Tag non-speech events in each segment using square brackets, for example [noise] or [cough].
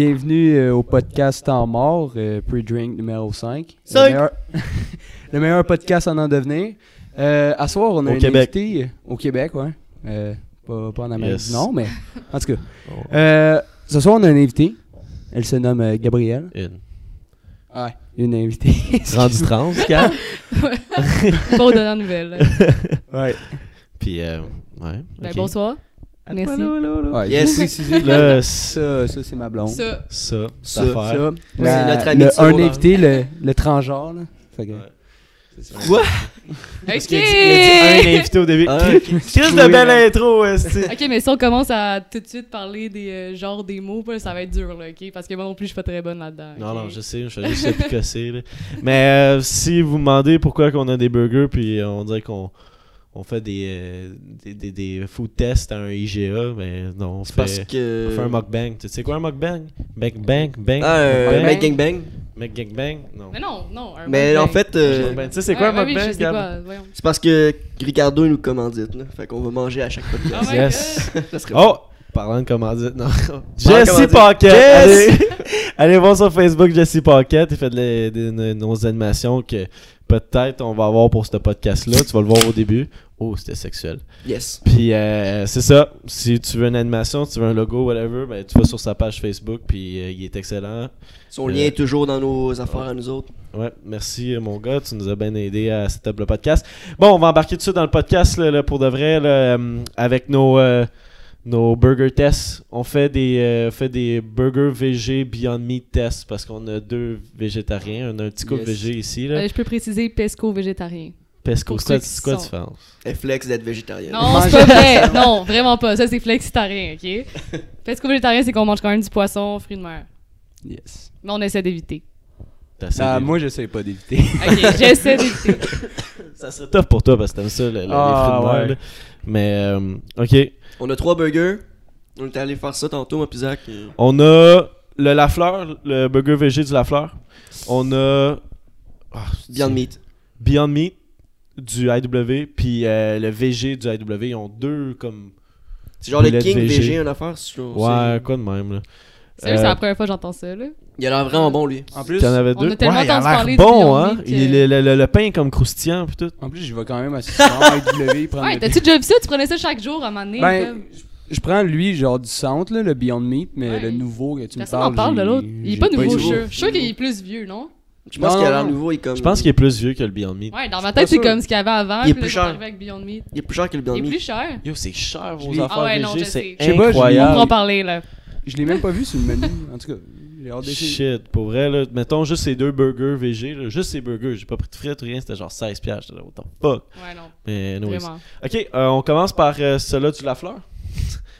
Bienvenue euh, au podcast Temps mort, euh, Pre-Drink numéro 5. Cinq. Le meilleur, [laughs] le meilleur podcast en en devenir. Euh, à soir, on a Au un Québec. invité euh, au Québec, ouais. Euh, pas, pas en Amérique Yes. du Nord, mais en tout cas. Euh, ce soir, on a un invité. Elle se nomme euh, Gabrielle. Une. Ouais, une invitée. [laughs] Rendu trans, [laughs] Gab. Pas aux dernières nouvelles. ouais. [laughs] Puis, euh, ouais. Ben, ok. Ah, bonsoir. Merci. ouais. [laughs] Yes. juste préciser que Le, ça, ça, ça c'est ma blonde. Ça, ça, Ça, cette affaire. ça. c'est La- notre ami le- de secondaire. Un invité, le, le transgenre, là. Fait que- Quoi? [laughs] ok. invité au début. Qu'est-ce Oui, de belle man. intro, esti. [laughs] Ok, mais si on commence à tout de suite parler des euh, genres des mots, là, ça va être dur, là, ok? Parce que moi non plus, je suis pas très bonne là-dedans. Non, ok? non, je sais, je suis [laughs] juste picossé. Là. Mais euh, si vous me demandez pourquoi qu'on a des burgers, puis euh, on dirait qu'on on fait des, euh, des, des, des food tests à un IGA, mais ben, non, on fait, Parce on que. fait un mukbang. Tu sais quoi un mukbang? Bang, bang, bang. Ah, Euh, mukbang, un mec- mec gangbang. mukbang, bang. Non. Mais non, non. un Mais mukbang. en fait, euh, Mukbang. Tu sais, c'est quoi Ouais, ouais, un oui, mukbang, je sais Gab? pas, voyons. [laughs] c'est parce que Ricardo il nous commandite, là. Fait qu'on va manger à chaque Ah podcast. ouais. Yes. [laughs] Ça serait Oh! Parlant de commandite, non. [laughs] Parlant de Jesse commandite. Pocket! [laughs] Yes! Allez, allez voir sur Facebook Jesse Pocket. Il fait de, la- de- de- nos animations que peut-être on va avoir pour ce podcast-là. Tu vas le voir au début. Oh, c'était sexuel. Yes. Puis euh, c'est ça. Si tu veux une animation, tu veux un logo, whatever, ben, tu vas sur sa page Facebook. Puis euh, il est excellent. Son Euh, lien est toujours dans nos affaires à nous autres. Ouais, merci euh, mon gars, tu nous as bien aidé à setup le podcast. Bon, on va embarquer tout de suite dans le podcast là, là, pour de vrai là, euh, avec nos euh, nos burger tests. On fait des euh, fait des burgers VG Beyond Meat tests parce qu'on a deux végétariens, on a un petit couple Yes. VG ici là. Euh, je peux préciser pesco-végétarien. Pesco, pour c'est quoi- ceux qui c'est quoi la sont- différence Elle flex d'être Euh, végétarienne. Non, c'est pas vrai. non, vraiment pas. Ça, c'est flexitarien, ok? [laughs] Pesco-végétarien, c'est qu'on mange quand même du poisson, fruits de mer. Yes. Mais on essaie d'éviter. T'as essayé- Ah, moi, j'essaie pas [laughs] d'éviter. Ok, j'essaie d'éviter. Ça serait tough pour toi parce que t'aimes ça le- le- les Ah, fruits de mer, ouais. là. Mais euh, ok, On a trois burgers. On est allé faire ça tantôt, moi, puis Zach. euh, On a le Lafleur, le burger VG du Lafleur. On a ah, Beyond c'est- Meat. Beyond Meat du IW, puis euh, le VG du IW. Ils ont deux comme. C'est genre le Poulet de King VG. VG, une affaire. si on- Ouais, c'est- quoi de même. Là. Sérieux, [laughs] Euh, c'est la première fois que j'entends ça, là. Il a l'air vraiment bon, lui. En plus, T'en avais On deux. a tellement Ouais, il a entendu l'air parler du bon, Beyond hein. Meat, Il est- le, le- le pain est comme croustillant, puis tout. en plus, je vais quand même à IW prendre Ouais, le- t'as-tu déjà vu ça? Tu prenais ça chaque jour à un moment donné? Ben, comme- je- je prends lui, genre du centre, là, le Beyond Meat, mais Ouais. le nouveau que tu me Personne parles. n'en parle de j'ai- l'autre. Il est j'ai pas nouveau, été je suis voir. sûr. Je suis sûr qu'il est plus vieux, non? Je pense Non, qu'il a non, l'air non. nouveau. Il est, comme... Je pense qu'il est plus vieux que le Beyond Meat. Ouais, dans ma pas tête, c'est sûr. comme ce qu'il y avait avant. Il est puis plus là, sont cher. arrivés avec Beyond Meat. il est plus cher que le Beyond Il est plus Meat. cher. Yo, c'est cher Je vos l'ai- affaires Ah ouais, non, VG, je c'est sais. Je sais pas, je l'ai- On incroyable. pourra en parler, là. Je l'ai même pas vu sur le menu. En tout cas, j'ai hâte d'essayer. Shit, pour vrai, là, mettons juste ces deux burgers VG, là, juste ces burgers, j'ai pas pris de frites, rien, c'était genre 16 piastres, j'étais là, what the fuck. Ouais, non, Mais anyways. vraiment. Ok, euh, on commence par euh, celui-là du Lafleur.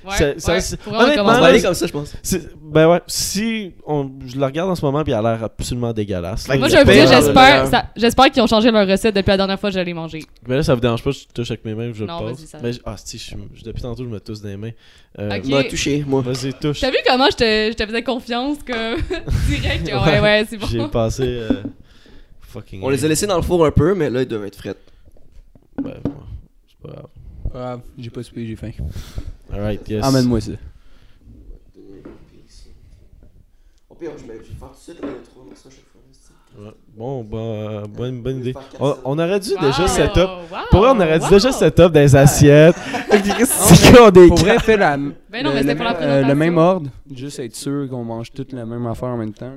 Ouais, C'est- ça, ouais, c'est- pour vrai, on honnêtement, On commence va par- aller comme ça, je pense. C'est- Ben ouais, si on, je la regarde en ce moment, puis elle a l'air absolument dégueulasse. Fait que Moi, Il je y a veux pas- dire, peur, j'espère, là. ça- j'espère qu'ils ont changé leur recette depuis la dernière fois que j'allais manger. Mais là, ça vous dérange pas, je touche avec mes mains, je le Non, passe. vas-y, ça va. Mais je- ah, si, je suis- je- depuis tantôt, je me touche dans les mains. Euh, Ok. Il m'a touché, moi. Vas-y, touche. T'as vu comment je te, je te faisais confiance, comme [laughs] direct? que Ouais, ouais, c'est J'ai bon. passé. euh, fucking. On les a laissés dans le four un peu, mais là, ils doivent être frets. Ouais, ouais, c'est pas grave. Ah, j'ai pas soupé, j'ai faim. Alright, yes. Emmène-moi ça. Au pire, je vais je vais faire tout ça, je vais mettre trois morceaux à chaque fois. Ouais. Bon, bon, euh, bonne, bonne idée. Je vais faire quatre On, on salades. aurait dû Wow, déjà setup. wow, Pour vrai, on aurait dû wow. déjà setup des [laughs] assiettes. [laughs] C'est qu'on Pour décale. vrai, fais la, Ben non, le, mais c'était le pour la même- euh, le présentation. même ordre. Juste être sûr qu'on mange toute la même affaire en même temps.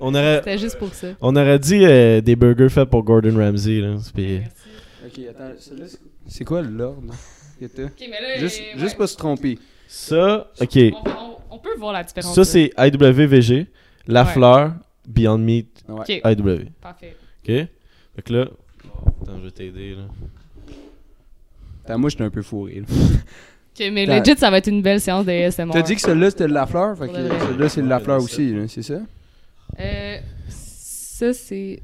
On aurait. C'était juste pour ça. On aurait dit euh, des burgers faits pour Gordon Ramsay. Là. Puis, Ok, attends, celui-là, c'est- c'est quoi l'ordre que t'as? Ok, mais là, Juste, Euh, ouais. juste pas se tromper. ça, ok. On, on- on peut voir la différence. Ça, c'est IWVG, La Ouais. Fleur, Beyond Meat, Ouais. Euh, Ok, IW. parfait. Ok? Fait que là. Attends, je vais t'aider. là. Attends, moi, j'étais un peu fourré. là. Ok, mais T'as- legit, ça va être une belle séance de ASMR. T'as dit que celui-là, c'était de la fleur. Fait que Pour de vrai. celui-là, c'est de la fleur aussi, là, c'est ça? Euh, ça, c'est.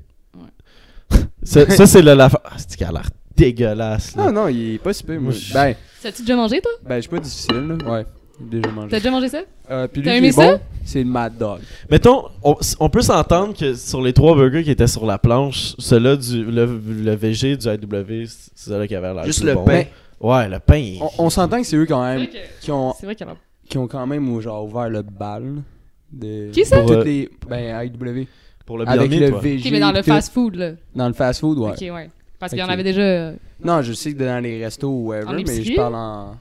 [laughs] Ça, ça, c'est le La Fleur. Ah, c'est qu'elle a l'air dégueulasse. Ah, Là. Ah, Non, non, il est pas super. Moi, Moi. je- Ben, T'as-tu déjà mangé, toi ben, je suis pas difficile, là. Ouais, j'ai déjà mangé. T'as déjà mangé ça Euh, puis lui, T'as qui aimé est ça? bon, c'est le Mad Dog. Mettons, on, on peut s'entendre que sur les trois burgers qui étaient sur la planche, celui-là, du, le, le VG du IW, Ah, c'est celui-là qui avait l'air. Juste plus le bon. pain. Ouais, le pain. il- On, on s'entend que c'est eux quand même C'est qui ont vrai qu'elle a. qui ont quand même genre ouvert le bal. De, Qui ça? de Pour, toutes euh, les, Ben, AEW. Pour le Avec bien le toi. VG. Ok, mais dans le tout. fast-food, là. Dans le fast food, ouais. Ok, ouais. Parce qu'il y en Ok. avait déjà. euh, Non, je sais que dans les restos ou whatever, En mais épicerie? je parle en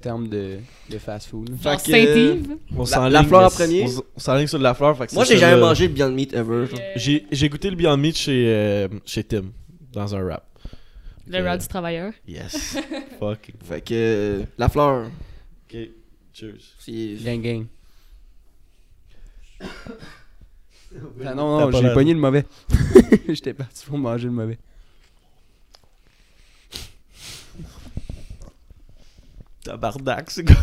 termes de, de fast food. là. Genre Fait que- Saint-Yves. On La- s'enligne- la fleur en premier? on s- On s'enligne sur de la fleur. fait que Moi, ça, j'ai celle-là- jamais mangé de Beyond Meat euh, ever. genre. Euh, J'ai j'ai goûté le Beyond Meat chez, euh, chez Tim, dans un rap. Le Euh, rad du travailleur. [laughs] Yes. Fuck. Fait que euh, la fleur, Ok. Cheers. c'est. Gang [coughs] gang. Ah T'as non, non, pas j'ai l'air. pogné le mauvais. [laughs] J'étais parti pour manger le mauvais. Tabarnak, c'est quoi?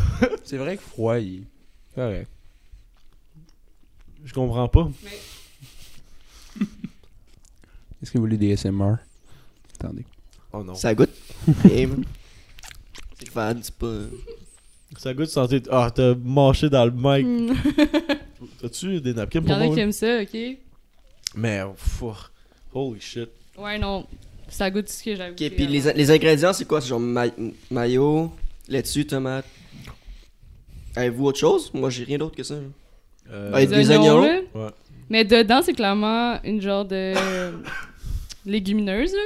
C'est vrai que froid, il... Correct. Je comprends pas. Est-ce que vous voulez des SMR? Attendez. Oh non. Ça, Ça goûte. Mais, [laughs] c'est fan, c'est pas. goûte santé. Ah, t'as mâché dans le [laughs] mic. Hmm. T'as-tu des napkins Il y pour en a moi? qui aiment ça, ok? Mais, fou. Holy shit. Ouais, non. Ça goûte ce que j'avais. Ok, puis les, les ingrédients, c'est quoi C'est genre ma- mayo, laitue, tomate. Avez-vous autre chose Moi, j'ai rien d'autre que ça. Euh, Ah, il- les oignons. là. Ouais. Mais dedans, c'est clairement une genre de légumineuse, là.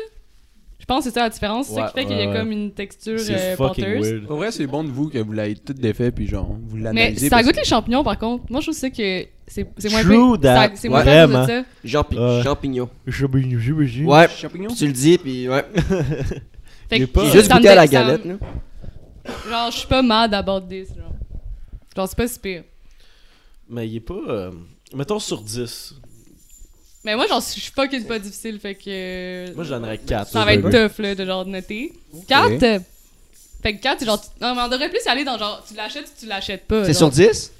Je pense que c'est ça la différence. C'est ça qui Ouais, fait qu'il y ouais, a ouais. comme une texture C'est euh, fucking pâteuse. weird. En vrai, c'est bon de vous que vous l'ayez tout défait, puis genre, vous Mais l'analysez. ça parce goûte que- les champignons, par contre. Moi, je trouve ça que c'est c'est moins True pire. Ça- that. C'est moins Ouais. pire à cause de Vraiment. ça. Champi- Ouais. Champignons. J'imagine, j'imagine. Ouais. Champignons? Puis Tu le dis, [laughs] puis ouais. Fait Il est que pas- J'ai Ouais. juste ça me goûté à la dé- ça me- galette, là. Genre, je suis pas mad about this, genre. Genre, c'est pas si pire. Mais il est pas. euh, Mettons sur 10. Mais moi, genre, je suis pas que c'est pas difficile, fait que... Moi, je donnerais 4. ça va être tough, là, de genre de noter. 4, fait que 4, c'est genre... Non, mais on devrait plus y aller dans genre, tu l'achètes ou tu l'achètes pas. C'est sur genre. 10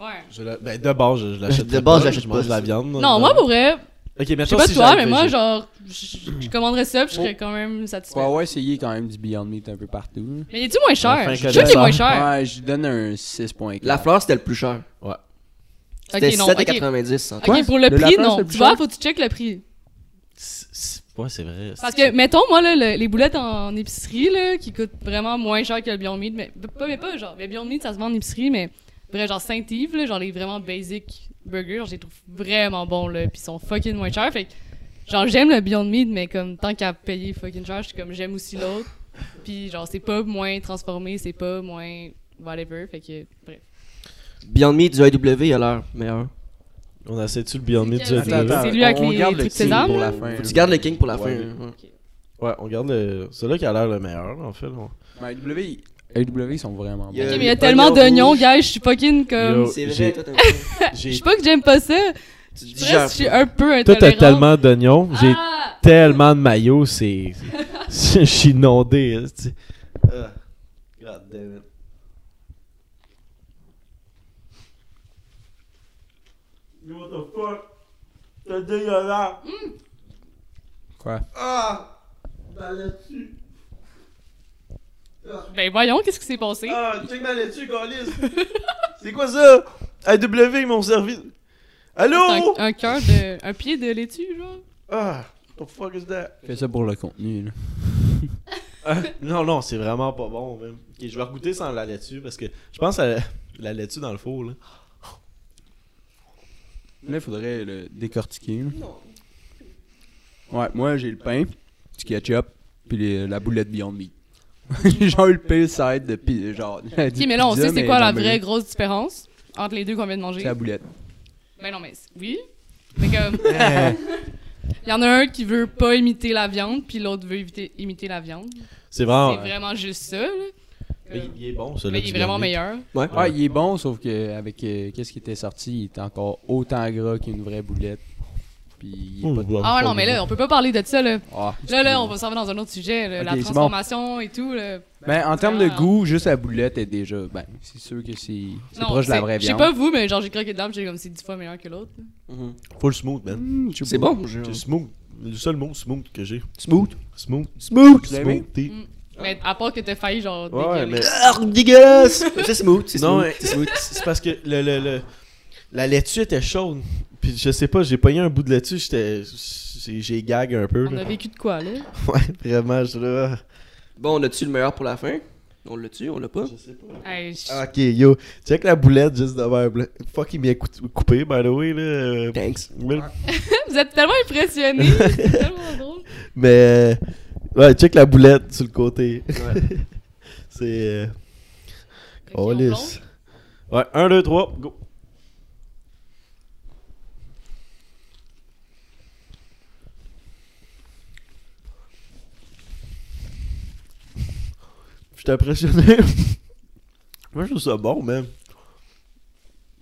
Ouais. Je la- Ben, de base, je, je l'achète. De base, pas, j'achète je mange pas. de la viande. Oh, Non, moi, pour vrai, Ok, mais je sais pas toi, mais moi, genre, je je commanderais ça, puis je serais quand même satisfait. Oh. Ouais, ouais, essayez quand même du Beyond Meat un peu partout. Mais il est-tu moins cher? Enfin, Je suis sûre qu'il est moins cher. Ouais, je donne un 6.4. La fleur, c'était le plus cher. C'était Ok, non, ok. 7,90 cent. Quoi? Ok, pour le Le lapin, prix, c'est non. le plus Tu vois, cher? faut que tu checkes le prix. Ouais, c'est vrai. Parce que, mettons, moi, là, le- les boulettes en épicerie, là, qui coûtent vraiment moins cher que le Beyond Meat, mais pas, mais pas genre, le Beyond Meat, ça se vend en épicerie, mais vrai, genre Saint-Yves, là, genre les vraiment basic burgers, genre, je les trouve vraiment bons, là, pis ils sont fucking moins chers, fait que, genre, j'aime le Beyond Meat, mais comme, tant qu'à payer fucking cher, je suis comme, j'aime aussi l'autre, puis genre, c'est pas moins transformé, c'est pas moins whatever, fait que, Euh, bref. Beyond Meat du IW, il a l'air meilleur. On essaie-tu le Beyond Meat C'est du quel- Attends, IW? attends, C'est lui avec on les garde le trucs king sésame, pour là. la fin. Faut que tu gardes le king pour la fin. Ouais. hein. Ouais, on garde le. Celui-là qui a l'air le meilleur, en fait. là. Mais AEW, ils- AEW, ils sont vraiment Il y a- Ok, bons. mais il y a Oignon tellement rouge. d'oignons, gars, je suis fucking comme, Yo, C'est j'ai- vrai, toi, t'aimes ça. je J'ai. sais pas que j'aime pas ça, je Tu dirais que digères. je suis un peu Toi, t'as intolérante. tellement d'oignons. J'ai Ah! tellement de maillots, [laughs] c'est. [laughs] Je suis inondé. hein, tu sais. Ah, God damn it. Yo, what the fuck? C'est dégueulasse. Quoi? Ah! Ma laitue. Ben voyons, qu'est-ce qui s'est passé? Ah, check ma laitue, [laughs] Calis. c'est quoi ça? AW, ils m'ont servi. Allô? Un, un cœur de. un pied de laitue, genre? Ah, what the fuck is that? Fais ça pour le contenu, là. Ah, non, non, c'est vraiment pas bon, même. Ok, je vais goûter sans la laitue parce que je pense à la, la laitue dans le four, là. Là, il faudrait le décortiquer. là. Ouais, moi, j'ai le pain, du ketchup, puis les- la boulette Beyond Meat. [laughs] genre le pire side de pi- genre. [laughs] Ok, mais là, on sait c'est quoi la vraie grosse différence entre les deux qu'on vient de manger. C'est la boulette. Ben non, mais. c'est- Oui. [laughs] Mais comme. Il y en a un qui veut pas imiter la viande, puis l'autre veut éviter- imiter la viande. C'est vraiment. Ah, c'est vraiment juste ça, là. Mais il, il est bon, celui-là. Mais il est vraiment meilleur. Ouais. Ouais, il est bon, sauf que avec euh, qu'est-ce qui était sorti, il était encore autant gras qu'une vraie boulette. Puis il est pas. Ah ouais, non, mais là, on peut pas parler de ça, là. Ah, Là, là, on va s'en aller dans un autre sujet, là, Ok, la c'est bon. transformation et tout, là. Ben, en termes de Ah. goût, juste la boulette est déjà. Ben, c'est sûr que c'est c'est Non, proche de la c'est- vraie Je sais viande. pas vous, mais genre, j'ai croqué dedans, puis j'ai comme c'est dix fois meilleur que l'autre. là. Mhm. Full smooth, man. Mm, je sais C'est pas. bon. j'ai- C'est smooth. Le seul mot smooth que j'ai. Smooth. Smooth. Smooth! Vous l'avez? Smooth. tea. Mais à part que t'as failli, genre. Ouais, dégueuler. mais. Ah, dégueulasse! C'est smooth, c'est Non, smooth. mais- c'est parce que le, le, le- la laitue était chaude. Puis je sais pas, j'ai pogné un bout de laitue, j'étais. J'ai j'ai gag un peu. On là. a vécu de quoi, là? Ouais, [laughs] vraiment, je là. Bon, on a-tu le meilleur pour la fin? On l'a tu on l'a pas? Hey, je- Ok, yo. Check la boulette juste devant. bla- Fucking bien cou- coupé, by the way. Là. euh, Thanks. Will. Vous êtes tellement impressionnés. [laughs] c'est tellement drôle. Mais. euh, Ouais, check la boulette sur le côté. Ouais. C'est. euh, Ok, on Oh, lisse. plonge. Ouais, 1, 2, 3, go. Je suis impressionné. [laughs] Moi, je trouve ça bon, même.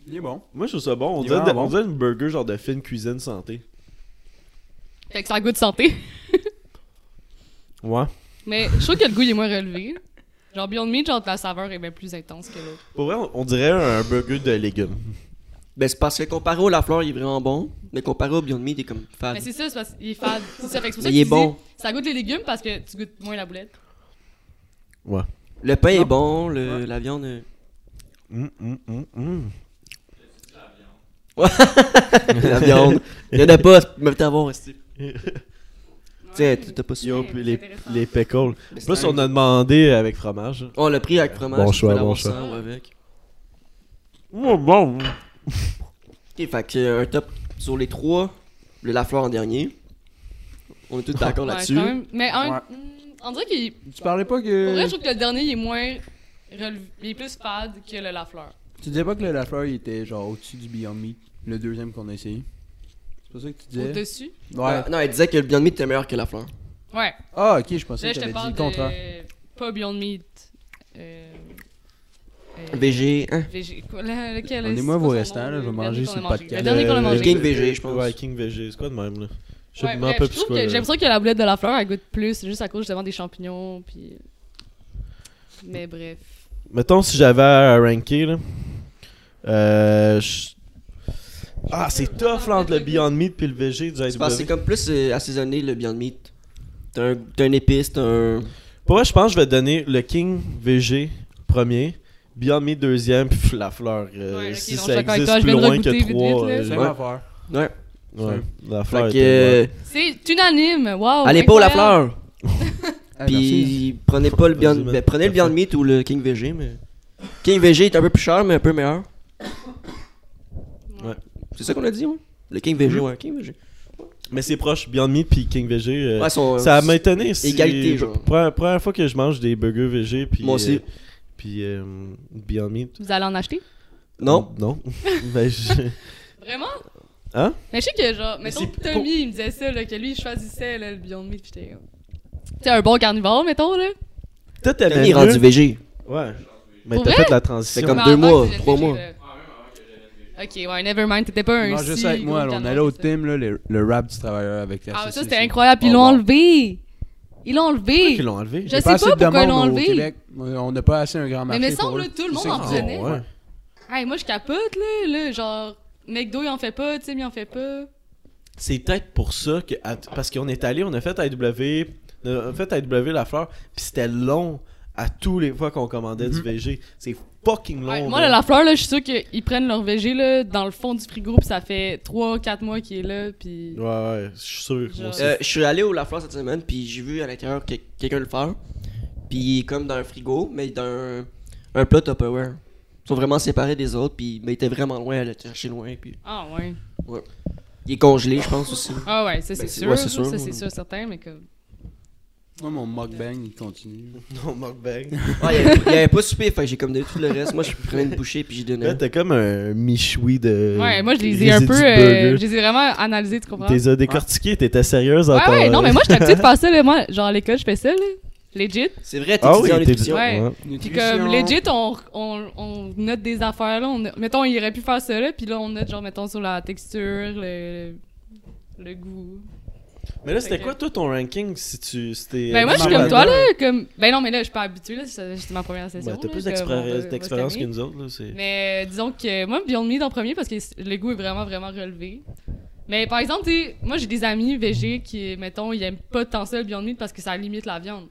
Il est bon. Moi, je trouve ça bon. On Il est dirait, vraiment on bon. dirait une burger genre de fine cuisine santé. Fait que ça a goût de santé. Ouais. Mais je trouve que le goût il est moins relevé. Genre Beyond Meat, genre la saveur est bien plus intense que l'autre. Pour vrai, on, on dirait un burger de légumes. Ben, c'est parce que comparé au La Fleur, il est vraiment bon. Mais comparé au Beyond Meat, il est comme fade. Mais c'est ça, c'est parce qu'il est fade. C'est ça, fait que c'est pour ça Ah. Mais que il tu est dis, bon. ça goûte les légumes parce que tu goûtes moins la boulette. Ouais. Le pain est bon, le, la viande. euh, Mm, Hum, hum, hum, hum. la viande. Il y en a pas, tu peux même t'avoir resté. Tiens, tu t'as pas su. Yo, Ouais, puis c'est les, intéressant. les pickles. Mais c'est Plus, un- on a demandé avec fromage. On l'a pris avec fromage. Bon tu peux choix, bon l'avoir choix. sans ou avec. Oh, bon. Ok, fait que euh, un top sur les trois, le La Fleur en dernier. [laughs] On est tous d'accord Ouais, c'est là-dessus. quand même- Mais un, Ouais. hmm, on dirait qu'il. Tu parlais pas Pour vrai, que. je trouve que le dernier il est moins relevé. Il est plus fade que le Lafleur. Tu disais pas que le Lafleur il était genre au-dessus du Beyond Meat, le deuxième qu'on a essayé. C'est pas ça que tu disais Au-dessus. Ouais. Ah, non, elle disait que le Beyond Meat était meilleur que La Fleur. Ouais. Ah, ok, je pensais Là, que je t'avais te dit parle le contraire. de. Pas Beyond Meat. Euh. euh, VG, hein? VG. Quoi, là, lequel Donnez-moi c'est vos quoi son restants, nom, là, le je vais dernier manger qu'on sur a le mangé? podcast. Le dernier qu'on a Le mangé. King VG, je pense. Ouais, King VG, c'est quoi de même là Je sais Ouais, même bref, pas je plus trouve quoi. que- là. J'ai l'impression que la boulette de la fleur, elle goûte plus, juste à cause justement des champignons, puis... Mais bref. Mettons si j'avais à ranker là. Euh, je- Ah, c'est tough là, entre le Beyond Meat puis le VG du C'est parce que c'est IW. comme plus euh, assaisonné le Beyond Meat. T'as un, t'as un épice, t'as un. Pour moi, je pense que je vais donner le King VG premier, Beyond Meat deuxième, puis la fleur. euh, Ouais, ok, si non, je suis ça d'accord avec existe toi, je plus viens de loin regoûter que vite, trois. vite, là. euh, C'est Ouais. ma affaire. Ouais. ouais, la fleur. Fait que. était- euh, C'est unanime! Wow! allez pas au La incroyable. Fleur! Ah, merci. Puis prenez pas le Vas-y, Beyond man. ben, prenez le Beyond Meat ou le King VG, mais. King VG est un peu plus cher, mais un peu meilleur. Ouais. C'est ça qu'on a dit, ouais? Le King Mm-hmm. VG, ouais, King VG. Mais c'est proche, Beyond Meat puis King VG. euh, Ouais, son- ça m'a étonné. c'est- Égalité, genre. Première, première fois que je mange des burgers VG puis. Moi aussi. euh, puis euh, Beyond Meat. Vous allez en acheter? Non? Non. [laughs] ben, je- [laughs] Vraiment? Hein? Mais je sais que genre, mettons c'est Tommy, il me disait ça, là, que lui, il choisissait là, le Beyond Meat, pis j'étais comme... T'es un bon carnivore, mettons, là? Toi, t'avais Il est rendu mieux. VG. Ouais. Mais Pour t'as vrai? fait la C'est transition. comme Mais deux avant, mois, c'est le trois VG, mois. là. Ok, ouais, nevermind, t'étais pas un Non, si juste avec gros moi, là, on carnivore allait au que ça. thème, là, le, le rap du travailleur avec la Ah, ça, saucisse, c'était là. incroyable, puis ils Oh, l'ont wow. enlevé! Ils l'ont enlevé! Ils l'ont enlevé. Je Il y a sais assez pas de pourquoi ils demandes l'ont au enlevé. Québec. Euh, On n'a pas assez un grand Mais marché. me pour semble, eux. tout le C'est monde ça en qu'ils prenait. disent. Ah, ouais. Hey, moi, je capote, là, là. Genre, McDo, il en fait pas, Tim, il en fait pas. C'est peut-être pour ça que. à- Parce qu'on est allé, on a fait IW. On a fait IW la fleur. Puis c'était long à tous les fois qu'on commandait Mhm. du VG. C'est fucking long. Ouais, man. moi, la la fleur, là, je suis sûr qu'ils prennent leur VG, là, dans le fond du frigo, pis ça fait 3-4 mois qu'il est là, pis. Ouais, ouais, je suis sûr. moi Genre- aussi. Euh, je suis allé au La Fleur cette semaine, puis j'ai vu à l'intérieur que- quelqu'un le faire. Puis il est comme dans un frigo, mais dans un, un plat Tupperware. Ils sont vraiment séparés des autres, puis mais il était vraiment loin à le chercher loin. Puis Ah, ouais. il est congelé, je pense aussi. Ah, ouais, ça, c'est Ben, c'est- sûr. ouais, c'est sûr, Ça, ouais. c'est sûr, certain, mais comme. Moi, mon mukbang, il continue. [laughs] Non, mukbang. Ouais, il avait- il avait pas super, fait que j'ai comme donné tout le reste. Moi, je prenais une bouchée, puis Là, j'ai donné. t'as comme un michoui de. Euh, Ouais, moi, je les ai un résidus peu. de euh, burger. je les ai vraiment analysés, tu comprends? T'es as décortiqué, t'étais sérieuse en Ouais, ton- ouais, non, mais moi, j'étais petite de faire ça, là. Moi, genre, à l'école, je fais ça, là. Legit. C'est vrai, t'es Ah oui, étudiant en t'es- nutrition. Ouais. Puis comme Nutrition. legit, on, on, on note des affaires là. On, mettons, il aurait pu faire ça là, puis là on note genre mettons sur la texture, le, le goût. Mais là, c'était Ok. quoi, toi, ton ranking si tu. si t'es- ben moi je suis ma comme valeur. toi là, comme ben non mais là je suis pas habituée là, c'est c'était ma première session. Ouais, t'as là, plus comme, on va- on va d'expéri- se d'expérience que calmer. nous autres. Là, c'est... Mais euh, disons que moi Beyond Meat en premier parce que c- le goût est vraiment vraiment relevé. Mais par exemple, tu sais, moi j'ai des amis végés qui mettons ils aiment pas tant ça le Beyond Meat parce que ça limite la viande.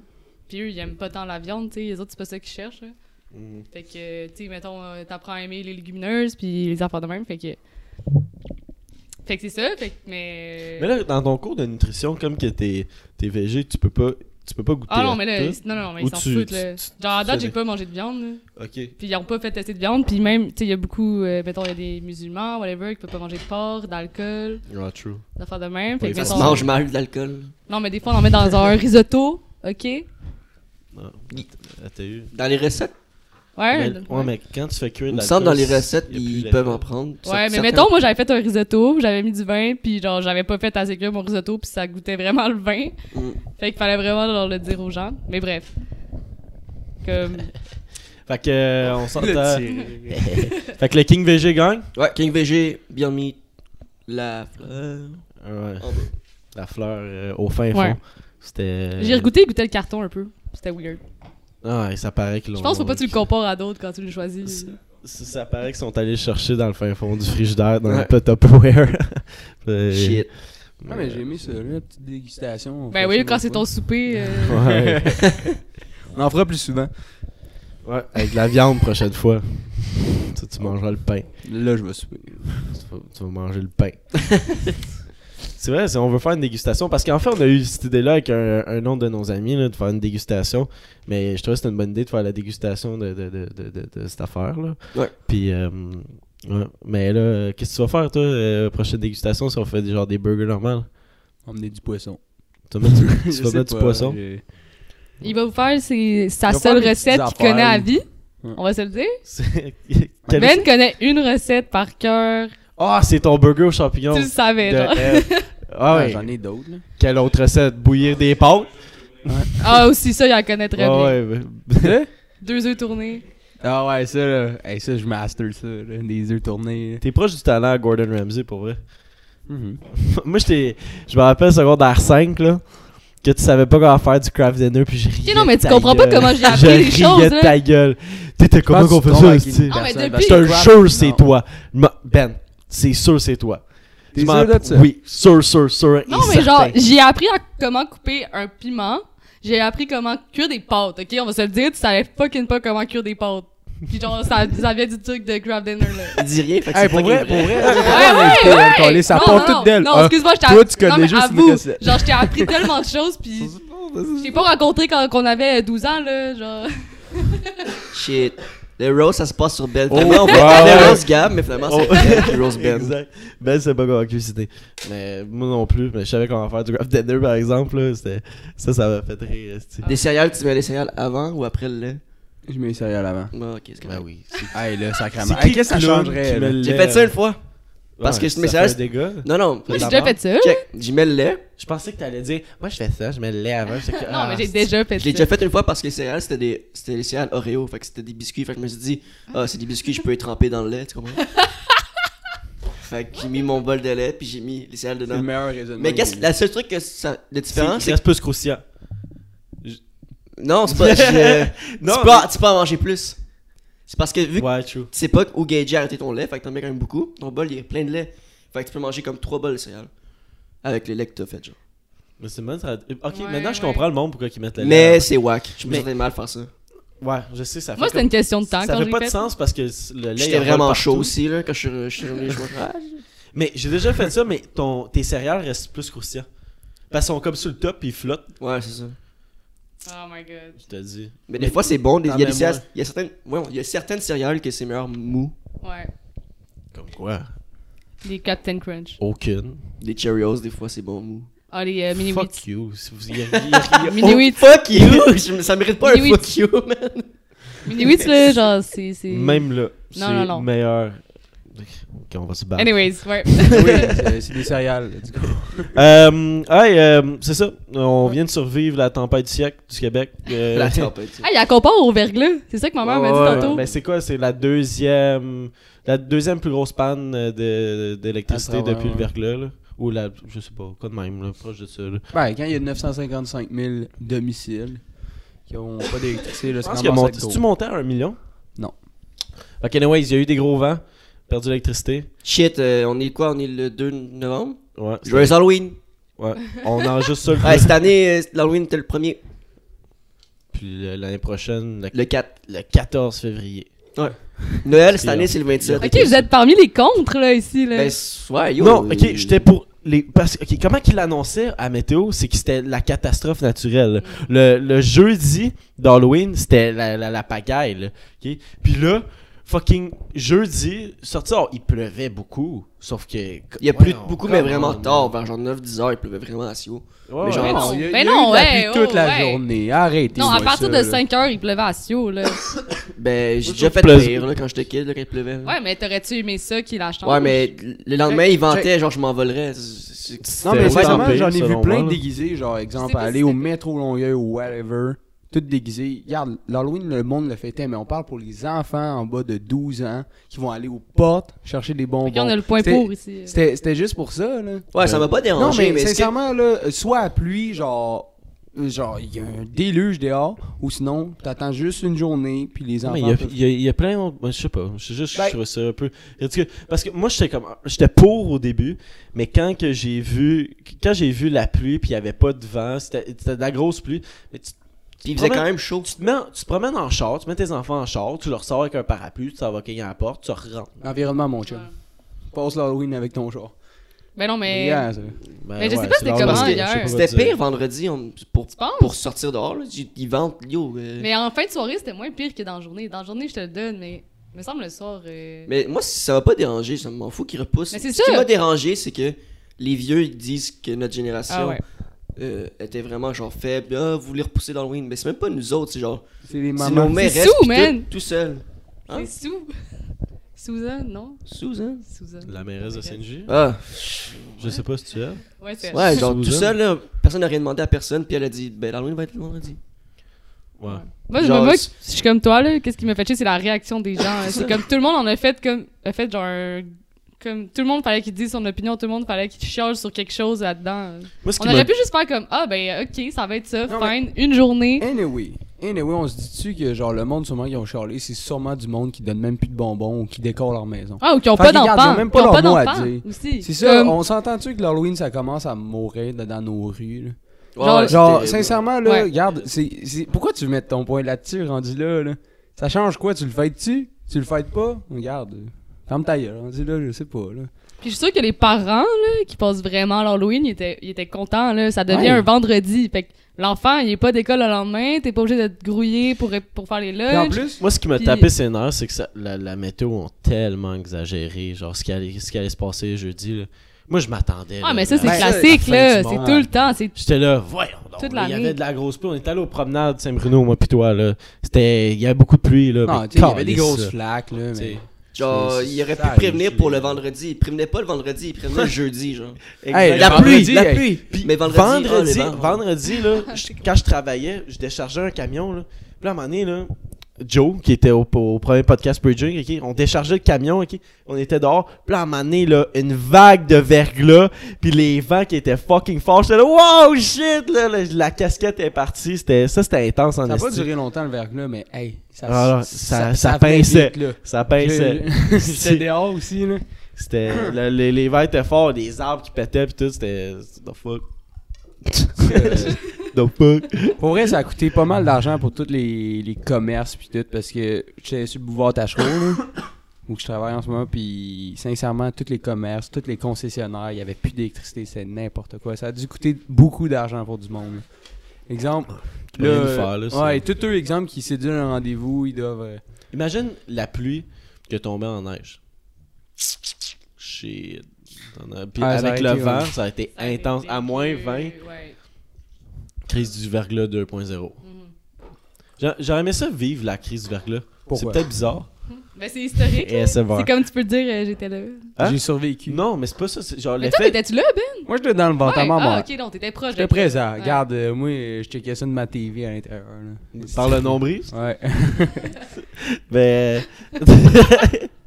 Puis eux ils aiment pas tant la viande, tu sais, les autres c'est pas ça qu'ils cherchent. là. Mm. Fait que, tu sais, mettons, euh, t'apprends à aimer les légumineuses puis les affaires de même. Fait que. Fait que c'est ça. Fait que, mais. Mais là, dans ton cours de nutrition, comme que t'es, t'es végé, tu peux pas. tu peux pas goûter. Ah non, à mais là, tout. non, non, non, mais Ou ils s'en tu- foutent, tu- là. tu- Genre, à date, savais. j'ai pas mangé de viande, là. Ok. Puis ils ont pas fait tester de viande. Puis même, tu sais, il y a beaucoup, euh, mettons, il y a des musulmans, whatever, qui peuvent pas manger de porc, d'alcool, Ah, true. d'affaires de même. Fait Ouais, que, ils Ça se mettons- mange mal de l'alcool. Non, mais des fois, on en met dans un risotto, OK? Ouais. Ah, t'as eu. Dans les recettes, Mais- ouais. ouais, mais quand tu fais cuire il de me l'alcool, semble dans les recettes, il y a plus ils d'alcool. peuvent en prendre. Ouais, mais Certains- mettons, moi, j'avais fait un risotto, j'avais mis du vin, puis genre, j'avais pas fait assez cuire mon risotto, puis ça goûtait vraiment le vin. Mm. Fait qu'il fallait vraiment genre, le dire aux gens. Mais bref. Comme... Fait que, euh, [laughs] on s'entend. Le fait que le King VG gagne. Ouais, King VG, Beyond Meat, la fleur. Ouais. en bas. La fleur euh, au fin Ouais. fond. C'était. euh, J'ai goûté, il goûtait le carton un peu. C'était weird. Ah, ouais, ça paraît qu'ils l'ont. Je pense qu'il faut pas que tu le compares à d'autres quand tu le choisis. Ça, ça paraît qu'ils sont allés le chercher dans le fin fond du frigidaire, dans Ouais. le pot [laughs] Tupperware. Euh, Shit. Ah, mais j'ai aimé ça, là, la petite dégustation. on fait Ben oui, ça quand des c'est fois. ton souper. euh, Ouais. [laughs] On en fera plus souvent. ouais, avec de la viande prochaine [laughs] fois. tu, tu mangeras le pain. Là, je vais souper. Tu vas, tu vas manger le pain. [laughs] C'est vrai, si on veut faire une dégustation, parce qu'en fait, on a eu cette idée-là avec un, un autre de nos amis, là, de faire une dégustation. Mais je trouvais que c'était une bonne idée de faire la dégustation de, de, de, de, de- de cette affaire-là. Ouais. Puis, euh, ouais. mais là, euh, qu'est-ce que tu vas faire, toi, euh, prochaine dégustation, si on fait des- genre des burgers normales? Emmener du poisson. Tu [laughs] vas mettre du, tu Je vas sais mettre du pas, poisson? j'ai- Il va vous faire ses- sa Il va seule faire des recette petites qu'il connaît à affaires. vie. Ouais. On va se le dire. [laughs] C'est- Quel- Ben connaît une recette par cœur. Ah, c'est ton burger aux champignons. Tu le savais, de genre. F. Ah Ah, ouais. J'en ai d'autres, là. Quelle autre recette? Bouillir des pâtes? Ah, aussi, ça, il en connaît très Ah bien. ouais. ben- Deux œufs tournés. Ah ouais, ça, là. Hey, ça, je master ça, là, des œufs tournés. là. T'es proche du talent à Gordon Ramsay, pour vrai. [laughs] Mhm. Moi, j'étais... Je me rappelle secondaire 5, là, que tu savais pas comment faire du craft dinner, puis j'ai non, mais tu comprends pas comment j'ai appris Je les choses, riais de là. ta gueule. T'étais comment Quand qu'on tu fait tombes ça, avec une c'est... Ah, mais personne, depuis- Je te parce que- jure, c'est Non. toi. Ma- Ben, c'est sûr, c'est toi. T'es Je m'en- sûr de ça? Oui, sûr, sûr, sûr. Non, et mais genre, certain. j'ai appris à comment couper un piment. J'ai appris comment cuire des pâtes, ok? On va se le dire, tu savais fucking pas comment cuire des pâtes. Puis genre, ça, ça vient du truc de Grab Dinner, là. Il dit rien, fait que Hey, c'est pour pas vrai, vrai, pour vrai. Ouais, ouais, ouais. ça Non, part non, toute non. d'elle. Non, Ah, excuse-moi, je t'ai toi, tu non, connais mais juste une avoue, recette. Genre, je t'ai appris tellement de choses, puis je t'ai pas rencontré quand on avait 12 ans, là, genre. Shit. Le roast, ça se passe sur Ben. Oh, Finalement, on ouais, voit ouais. le roast Gab, mais finalement, c'est Oh. Ben [laughs] qui roast Ben. Exact. Ben, c'est pas comment cuisiner. Mais moi non plus, mais je savais comment faire du graph dinner par exemple. Là. C'était- Ça, ça m'a fait rire. esti. Des céréales, tu mets les céréales avant ou après le lait Je mets les céréales avant. Bah, ok, c'est correct. Ben oui. [laughs] Hey, là, sacrément. Hey, qu'est-ce que ça changerait, là? J'ai fait ça une fois. parce que je mets ça- C'est des gars. Non, non. Moi, j'ai la déjà merde. fait ça. Check. J'y mets le lait. Je pensais que t'allais dire, moi je fais ça, je mets le lait avant. J'étais que, [laughs] Non, ah, mais j'ai déjà fait Je ça. l'ai déjà fait une fois parce que les céréales, c'était des, c'était les céréales Oreo. Fait que c'était des biscuits. Fait que je me suis dit, ah, c'est des biscuits, je peux les tremper dans le lait, tu comprends? fait que j'ai mis mon bol de lait, puis j'ai mis les céréales C'est le dedans. meilleur raisonnement. Mais que qu'est-ce j'ai la seule truc que ça, de c'est différent, c'est c'est reste plus croustillant. Non, c'est pas. je- Non, tu, peux, en- tu peux en manger plus. C'est parce que vu que Ouais, true. tu sais pas où gager arrêter ton lait, fait que t'en mets quand même beaucoup. Ton bol, il est plein de lait. Fait que tu peux manger comme 3 bols de céréales. Avec le lait que t'as fait, genre. Mais c'est bon, ça- Ok, Ouais, maintenant je ouais. comprends le monde pourquoi ils mettent le lait. Mais c'est whack. Je me Mais- sentais mal de faire ça. avant. Ouais, je sais, ça fait. Moi, c'était comme- une question de temps Ça quand je fait l'ai pas fait. de sens parce que s- le lait. il J'étais revole vraiment partout. chaud aussi, là, quand je suis je suis revenu. Je me ah, Mais j'ai déjà fait ça, mais ton, tes céréales restent plus croustillants. Parce qu'ils sont comme sur le top puis ils flottent. Ouais, c'est ça. Oh my god. Je te dis. Mais des fois, c'est bon. des- Il y, a des T'en mets céréales- il y a certaines. ouais, il y a certaines céréales que c'est meilleur mou. Ouais. Comme quoi Les Captain Crunch. Aucune. Des Cheerios, des fois, c'est bon mou. Oh, Ah, les euh, mini Fuck wheats. you. Si [laughs] vous- y a- y a- y a- Mini wheats. Fuck you! [laughs] Je- ça mérite pas un Oui, oui. fuck you, man. Mini wheats, là, genre, c'est. c'est- Même là, c'est non, non. meilleur. Ok, on va se battre. Anyways, ouais. dit. [laughs] Oui, c'est- c'est des céréales, du coup. Euh, hey, euh, c'est ça. On vient de survivre la tempête du siècle du Québec. Euh, La [laughs] tempête. Ah, il la compare au verglas. C'est ça que ma mère m'a dit Ouais, tantôt. Mais c'est quoi C'est la deuxième, la deuxième plus grosse panne euh, de- d'électricité À travers, depuis le ouais. verglas. là. Ou la, je sais pas, quoi de même, là, proche de ça. là. Ouais, quand il y a 955 000 domiciles qui ont pas d'électricité, là, Je c'est pense vraiment que ça mon- que si gros. tu montais à un million. Non. Fait que anyways, il y a eu des gros vents, perdu l'électricité. Shit, euh, on est quoi? On est le 2 novembre? Ouais. c'est- [laughs] Joyeux Halloween! ouais. On en juste [laughs] ça. le- Ouais, cette année, euh, l'Halloween était le premier. Puis euh, l'année prochaine, le, Le 4. le 14 février. [laughs] Noël, cette C'est année, c'est le 27. Ok, vous êtes parmi les contres, là, ici, là. Ben, s- ouais, yo. non, ok, j'étais pour les, parce, ok, comment qu'il annonçait à Météo, c'est que c'était la catastrophe naturelle. Le, le jeudi d'Halloween, c'était la, la, la pagaille. là, ok? Puis là, fucking jeudi, sorti, oh, il pleuvait beaucoup. Sauf que. Il y a plus de Voyons, beaucoup, mais come vraiment on. tard, vers genre 9-10 heures, il pleuvait vraiment à Sio. Ouais, Mais genre, ouais. non. il y a- Ben il y a non, eu de la ouais, pluie toute oh, la ouais. journée. Arrêtez. Non, à partir de saint 5 heures, il pleuvait à Sio, là. Ben, j'ai Moi, déjà je fait trouve pire là, quand j'étais kid, là, quand il pleuvait. là. Ouais, mais t'aurais-tu aimé ça qu'il la change? Ouais, mais le lendemain, Check, il ventait, genre je m'envolerais. C'est- c'est- Non, mais C'était vraiment, autant pire, j'en ai vu selon plein moi, là. déguisés, genre, exemple, C'est pas aller si au c'est- métro Longueuil ou whatever, tout déguisé. Regarde, l'Halloween, le monde le fêtait, mais on parle pour les enfants en bas de 12 ans qui vont aller aux portes chercher des bonbons. on a le point C'était- pour ici. C'était c'était juste pour ça, là. Ouais, ça m'a pas Non, dérangé, mais, mais, est-ce que- sincèrement, là, soit à pluie, genre, euh, genre, il y a un déluge dehors, ou sinon, t'attends juste une journée, puis les Non, enfants. mais il y a- peuvent- il y, a- il y a plein d'autres- moi, Je sais pas. Je, juste, Ben- je trouvais ça un peu. ridicule. Parce que moi, j'étais comme. J'étais pour au début, mais quand que j'ai vu. Quand j'ai vu la pluie, puis il y avait pas de vent, c'était c'était de la grosse pluie. Mais tu, Puis il faisait quand même chaud. tu te mets, en- tu te promènes en char, tu mets tes enfants en char, tu leur sors avec un parapluie, tu t'en vas cogner à la porte, tu rentres. Environnement, mon chum. Passe l'Halloween avec ton char. Ben non, mais. Yeah, ça. Ben, Mais je sais pas ouais, c'était c'est comment parce que- hier. je sais pas quoi C'était dire. pire vendredi on- pour, penses? pour sortir dehors. Là. Ils ils vantent, yo. euh. Mais... Mais en fin de soirée, c'était moins pire que dans la journée. Dans la journée, je te le donne, mais il me semble le soir. euh, moi, ça m'a pas dérangé, ça m'en fout qu'ils repoussent. Mais c'est Ce qui ça. m'a dérangé, c'est que les vieux ils disent que notre génération Ah ouais. euh, était vraiment genre faible. Ah, vous voulez repousser l'Halloween. Mais c'est même pas nous autres, c'est genre. C'est les C'est nos mamans. mères sous, man. tout, tout seul. Hein? C'est Sou. [laughs] Susan, non? Susan. Susan. La mairesse de Saint-J. hein? Ah, Je sais pas si tu es. Ouais, c'est ouais, genre tout Susan. seul, là, personne n'a rien demandé à personne, puis elle a dit, ben l'Halloween va être le vendredi. Ouais. Moi, je Genre, me moque, c'est- je suis comme toi, là. Qu'est-ce qui m'a fait chier, c'est la réaction des gens. hein. C'est c'est ça. [laughs] comme tout le monde en a fait, comme, a fait genre un- Comme tout le monde fallait qu'il dise son opinion, tout le monde fallait qu'il chiale sur quelque chose là-dedans. Moi, ce qui On m'a- aurait pu juste faire comme Ah, ben, ok, ça va être ça, Non, Hein? fine, une journée. Anyway, anyway, on se dit-tu que genre le monde sûrement qui ont charlé, c'est sûrement du monde qui donne même plus de bonbons ou qui décore leur maison. Ah, ou qui ont Fait pas qu'ils gardent, ils ont d'enfants. même Qui pas ont pas leur mot à d'enfants dire. aussi. C'est ça, Comme- on s'entend-tu que l'Halloween ça commence à mourir de- dans nos rues là? Genre- Ouais, ouais, euh, c'est Genre, terrible. sincèrement là, Ouais. regarde, c'est, c'est- pourquoi tu veux mettre ton point là-dessus rendu là, là? Ça change quoi, tu le fêtes-tu? Tu le fêtes pas? Regarde, euh, ferme ta gueule, rendu là, je sais pas là. Puis je suis sûre que les parents là, qui passent vraiment l'Halloween, ils étaient, ils étaient contents. Là. Ça devient Ouais. un vendredi. Fait que l'enfant, il est pas d'école le lendemain. T'es pas obligé de te grouiller pour, pour faire les Puis en lunchs. plus, Moi, ce qui m'a Puis- tapé ses nerfs, c'est que ça- la, la météo ont tellement exagéré, genre ce qui allait, ce qui allait se passer jeudi. là. Moi, je m'attendais. Ah, là, mais ça, à- c'est Ben, ça, la classique. fin là. du C'est monde. tout le temps. C'est... J'étais là, voyons donc. Toute là, il y l'année. avait de la grosse pluie. On était allé aux promenades Saint-Bruno, moi, puis toi. Là. C'était... Il y avait beaucoup de pluie. Là, non, mais tu sais, il y avait des calisse, grosses là. flaques là, T'sais. mais... Genre, C'est- il aurait ça pu arrive, prévenir c'est- pour le vendredi. Il prévenait pas le vendredi, il prévenait le jeudi, genre. Hey, la le pluie, vendredi, la hey, pluie. Puis Mais vendredi, vendredi, ah, les vendredi, vents. là, je- quand je travaillais, je déchargeais un camion. Là. Puis là, à un moment donné, là, Joe, qui était au, au premier podcast Bridging, ok, on déchargeait le camion, ok, on était dehors. Puis là, à un moment donné, là, une vague de verglas, puis les vents qui étaient fucking forts. J'étais là, wow, shit! Là, la, la casquette est partie. C'était, ça, c'était intense en Ça a pas esti. duré longtemps le verglas, mais hey, ça, Ah, ça- ça fait pinçait. vite, là. Ça pinçait. [laughs] J'ai- [laughs] J'étais dehors aussi, là. C'était. le- les, les vents étaient forts, les arbres qui pétaient, pis tout, c'était. The fuck. Euh, The fuck. [laughs] Pour vrai, ça a coûté pas mal d'argent pour tous les, les commerces puis tout, parce que j'étais sur le boulevard Tachereau, là, [coughs] où je travaille en ce moment, puis sincèrement, tous les commerces, tous les concessionnaires, il n'y avait plus d'électricité, c'était n'importe quoi. Ça a dû coûter beaucoup d'argent pour du monde. là. Exemple, Tu peux là, rien y faire, là, ça. ouais, tous eux, exemple, qui séduisent un rendez-vous, ils doivent... euh, Imagine la pluie qui est tombée en neige. Shit. T'en as- Puis Ah, ça avec aurait le été, vent, ouais. ça a été intense. À moins 20, Ouais. crise du verglas 2.0. Mhm. J'a- J'aurais aimé ça vivre la crise du verglas. C'est Pourquoi? peut-être bizarre. Ben, c'est [laughs] historique. Eh, là. c'est C'est vrai. comme tu peux dire, euh, j'étais là. Hein? J'ai survécu. Non, mais c'est pas ça. c'est Genre Mais toi, l'effet. t'étais-tu là, Ben? Moi, j'étais dans le ventre à Ouais. maman. Ah, ok, non, t'étais proche. J'étais de- présent. Ouais. Regarde, euh, moi, euh, je checkais ça de ma TV à l'intérieur. là. Par le [laughs] nombril. Ouais. [laughs] Mais. oh,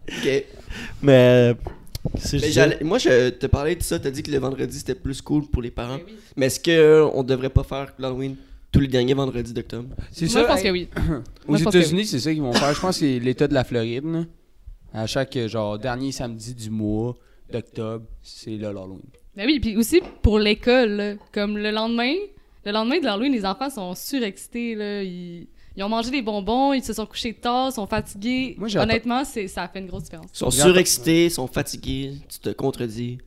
Ok. mais. qu'est-ce que je Mais disais? j'allais- moi, je te parlais de ça, t'as dit que le vendredi c'était plus cool pour les parents. Ben oui. Mais est-ce que euh, on devrait pas faire l'Halloween tous les derniers vendredis d'octobre C'est Moi, je pense hey. que oui. Aux Moi, je pense que États-Unis, c'est ça qu'ils vont faire. Je pense que c'est l'État de la Floride. là. À chaque euh, genre dernier samedi du mois d'octobre, c'est là l'Halloween. Ben oui, puis aussi pour l'école, là. comme le lendemain, le lendemain de l'Halloween, les enfants sont surexcités, là. Ils, ils ont mangé des bonbons, ils se sont couchés tard, sont fatigués. Moi, j'ai entendu- Honnêtement, c'est ça fait une grosse différence. Ils sont J'ai entendu- surexcités, ils sont fatigués, tu te contredis.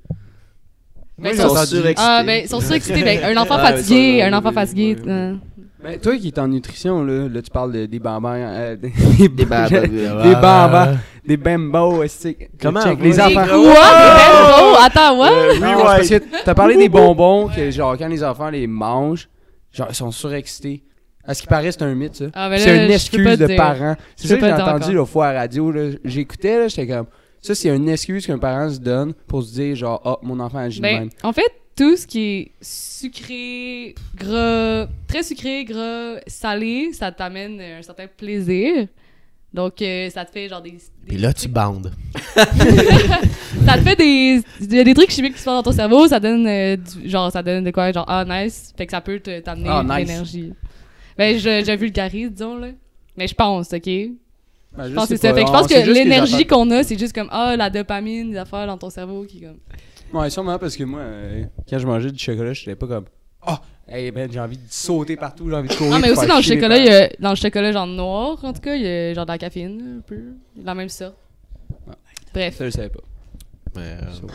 Ben, Ils ils sont- sont surexcités. Ah, ben, ils sont surexcités. Ben, un enfant Ah, fatigué, ils sont- un enfant oui, fatigué. oui, oui. euh, Mais Ben, toi qui es en nutrition, là, là tu parles de- des bambins. euh, [laughs] des Des babes. Des bambins. Des bambos. esti. Comment? Check, Les Des Des enfants. Ah! quoi? Des belles- oh, attends, what? Euh, Non, rewind. c'est parce que t'as parlé des bonbons que, genre, quand les enfants les mangent, genre, ils sont surexcités. À ce qui paraît, c'est un mythe, ça. Ah, ben c'est une là, je peux pas excuse te de dire. parents. C'est Je ça peux que j'ai pas te dire entendu encore. l'autre fois à la radio. là. J'écoutais, là, j'étais comme. Ça, c'est une excuse qu'un parent se donne pour se dire, genre, ah, mon enfant agit de Ben, même. en fait, tout ce qui est sucré, gras, très sucré, gras, salé, ça t'amène euh, un certain plaisir. Donc, euh, ça te fait genre des. des- Puis là, tu bandes. Ça te fait des, il y a des trucs chimiques qui se passent dans ton cerveau, ça donne euh, du- genre ça donne de quoi genre ah nice, fait que ça peut te- t'amener Ah, de nice. l'énergie. Ben je, je vulgarise disons là. Mais je pense, OK. Je Ben, pense que sais c'est ça. pas, Fait que je on pense sait que juste les l'énergie qu'on a, c'est juste comme ah la dopamine, des affaires dans ton cerveau qui comme Ouais, sûrement parce que moi, euh, quand je mangeais du chocolat, j'étais pas comme Ah, hey ben, j'ai envie de sauter partout, j'ai envie de courir. Non, mais de aussi faire dans le chier mes chocolat, il parents. y a, dans le chocolat genre noir, en tout cas, il y a genre de la caféine, un peu, de la même sorte. Ouais. Bref. Ça, je savais pas. Mais, euh,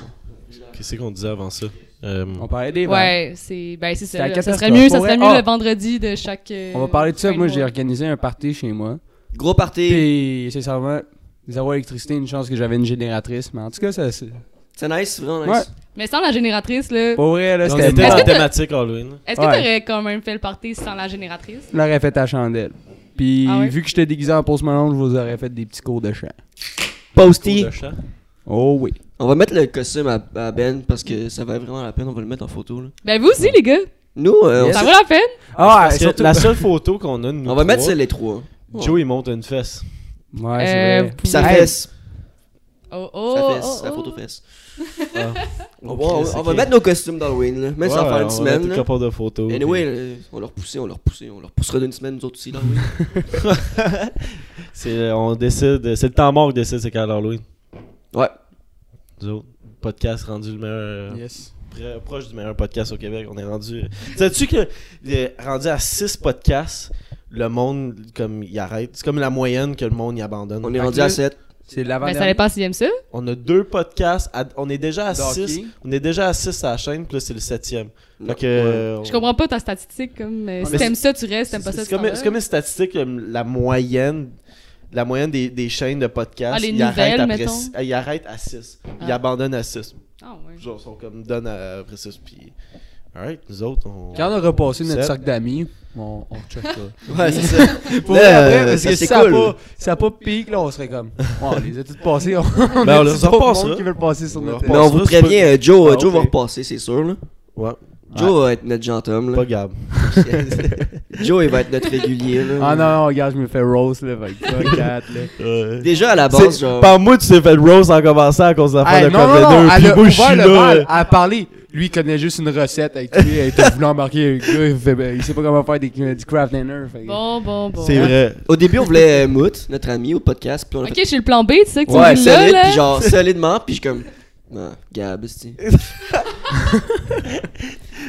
qu'est-ce qu'on disait avant ça? Euh, On parlait des ventes. Ouais, c'est ben c'est C'est ça. la là. Ça serait catastrophe. mieux, ça Pour serait vrai, mieux ah. le vendredi de chaque. euh, On va parler de ça. fin Moi, mois. j'ai organisé un party chez moi. Gros party. Puis, c'est sûrement zéro électricité, une chance que j'avais une génératrice. Mais en tout cas, ça, c'est. C'est nice, vraiment nice. Mais sans la génératrice là, Pour vrai, là, on c'était. était Est-ce dans que bon. la t'as- thématique Halloween. Est-ce que Ouais. t'aurais quand même fait le party sans la génératrice? Je l'aurais fait à chandelle. Puis, Ah ouais? vu que j'étais déguisé en pause melon, je vous aurais fait des petits cours de chant. Posty. Cours de chant. Oh oui. On va mettre le costume à, à Ben parce que ça va vraiment la peine. On va le mettre en photo. Là. Ben vous aussi les gars, Nous, euh, Yes. ça vaut la peine? Ah, Parce que surtout- la seule photo qu'on a de [laughs] on, nous on va mettre trois, celle les trois. Joe, il monte une fesse. Ouais, c'est Euh, vrai. Puis sa Hey, fesse. Oh Sa oh, fesse. oh, sa oh. photo fesse. [laughs] Ah. On, va- on- Chris, on va ok. mettre nos costumes d'Halloween. là. Même si ça Ouais, va faire on va une semaine. mettre là. une couple de photos. Anyway, là, on leur poussait, on leur poussait, on leur poussera d'une semaine, nous autres aussi, [laughs] l'Halloween. puis c'est, euh, on décide, c'est le temps mort qui décide c'est quand l'Halloween. ouais. Nous autres, podcast rendu le meilleur, euh, Yes. près- proche du meilleur podcast au Québec. On est rendu. Sais-tu que euh, rendu à 6 podcasts, le monde comme il arrête. C'est comme la moyenne que le monde y abandonne. On Fait est que rendu là, à 7. C'est l'avant Ben ça dépend s'ils aiment ça. On a deux podcasts, à- on est déjà à D'hockey. 6. On est déjà à 6 à la chaîne, puis là c'est le 7e. Fait que Ouais. euh, Oh. Je comprends pas ta statistique comme euh, si mais t'aimes ça tu restes, C'est t'aimes pas ça c'est tu t'en comme, vas. c'est comme une statistique, euh, la moyenne, la moyenne des, des chaînes de podcasts, Ah, les ils, arrêtent nouvelles, après mettons. si- ils arrêtent à 6. Ils Ah. abandonnent à 6. Ah ouais. Genre, ils sont comme donnent à- après 6. Puis, alright, nous autres, on. Quand on aura passé notre Sept. cercle d'amis, on, on check ça. [laughs] Ouais, c'est ça. Pour Là, vrai, après, euh, parce ça, que c'est si ça cool. n'a pas, si ça a pas pique, là, on serait comme. Bon, on les a toutes passées. On, Ben, on a les dit pas au repassera. monde qui veut le passer sur On notre les Mais tête. on Pense vous pas, c'est prévient, pas- euh, Joe, Ah, euh, Joe ok. va repasser, c'est sûr. Là. Ouais, Joe va être notre gentilhomme. pas là. Gab. [laughs] Joe, il va être notre régulier. Là. Ah non, non, regarde, je me fais rose, là. Fait que [laughs] ça, quatre, là. Euh, Déjà à la base, c'est- Ah genre. Par moi, tu t'es fait le rose en commençant à cause de Hey, l'affaire de non, non, non, Covenant. elle Puis a moi, je ouvert suis le là. bal, elle a parlé. Lui, il connaît juste une recette avec lui. Elle était voulu embarquer le gars. Il, fait, ben, il sait pas comment faire des, du craft dinner. Fait, que- Bon bon bon. C'est vrai. Au début, on voulait euh, Moot, notre ami, au podcast. Puis on a Ok, j'ai le plan B, tu sais que fait. Ouais, tu dis là, solide, là. puis genre, solidement. Puis je suis comme. Ah, Gab, c'est.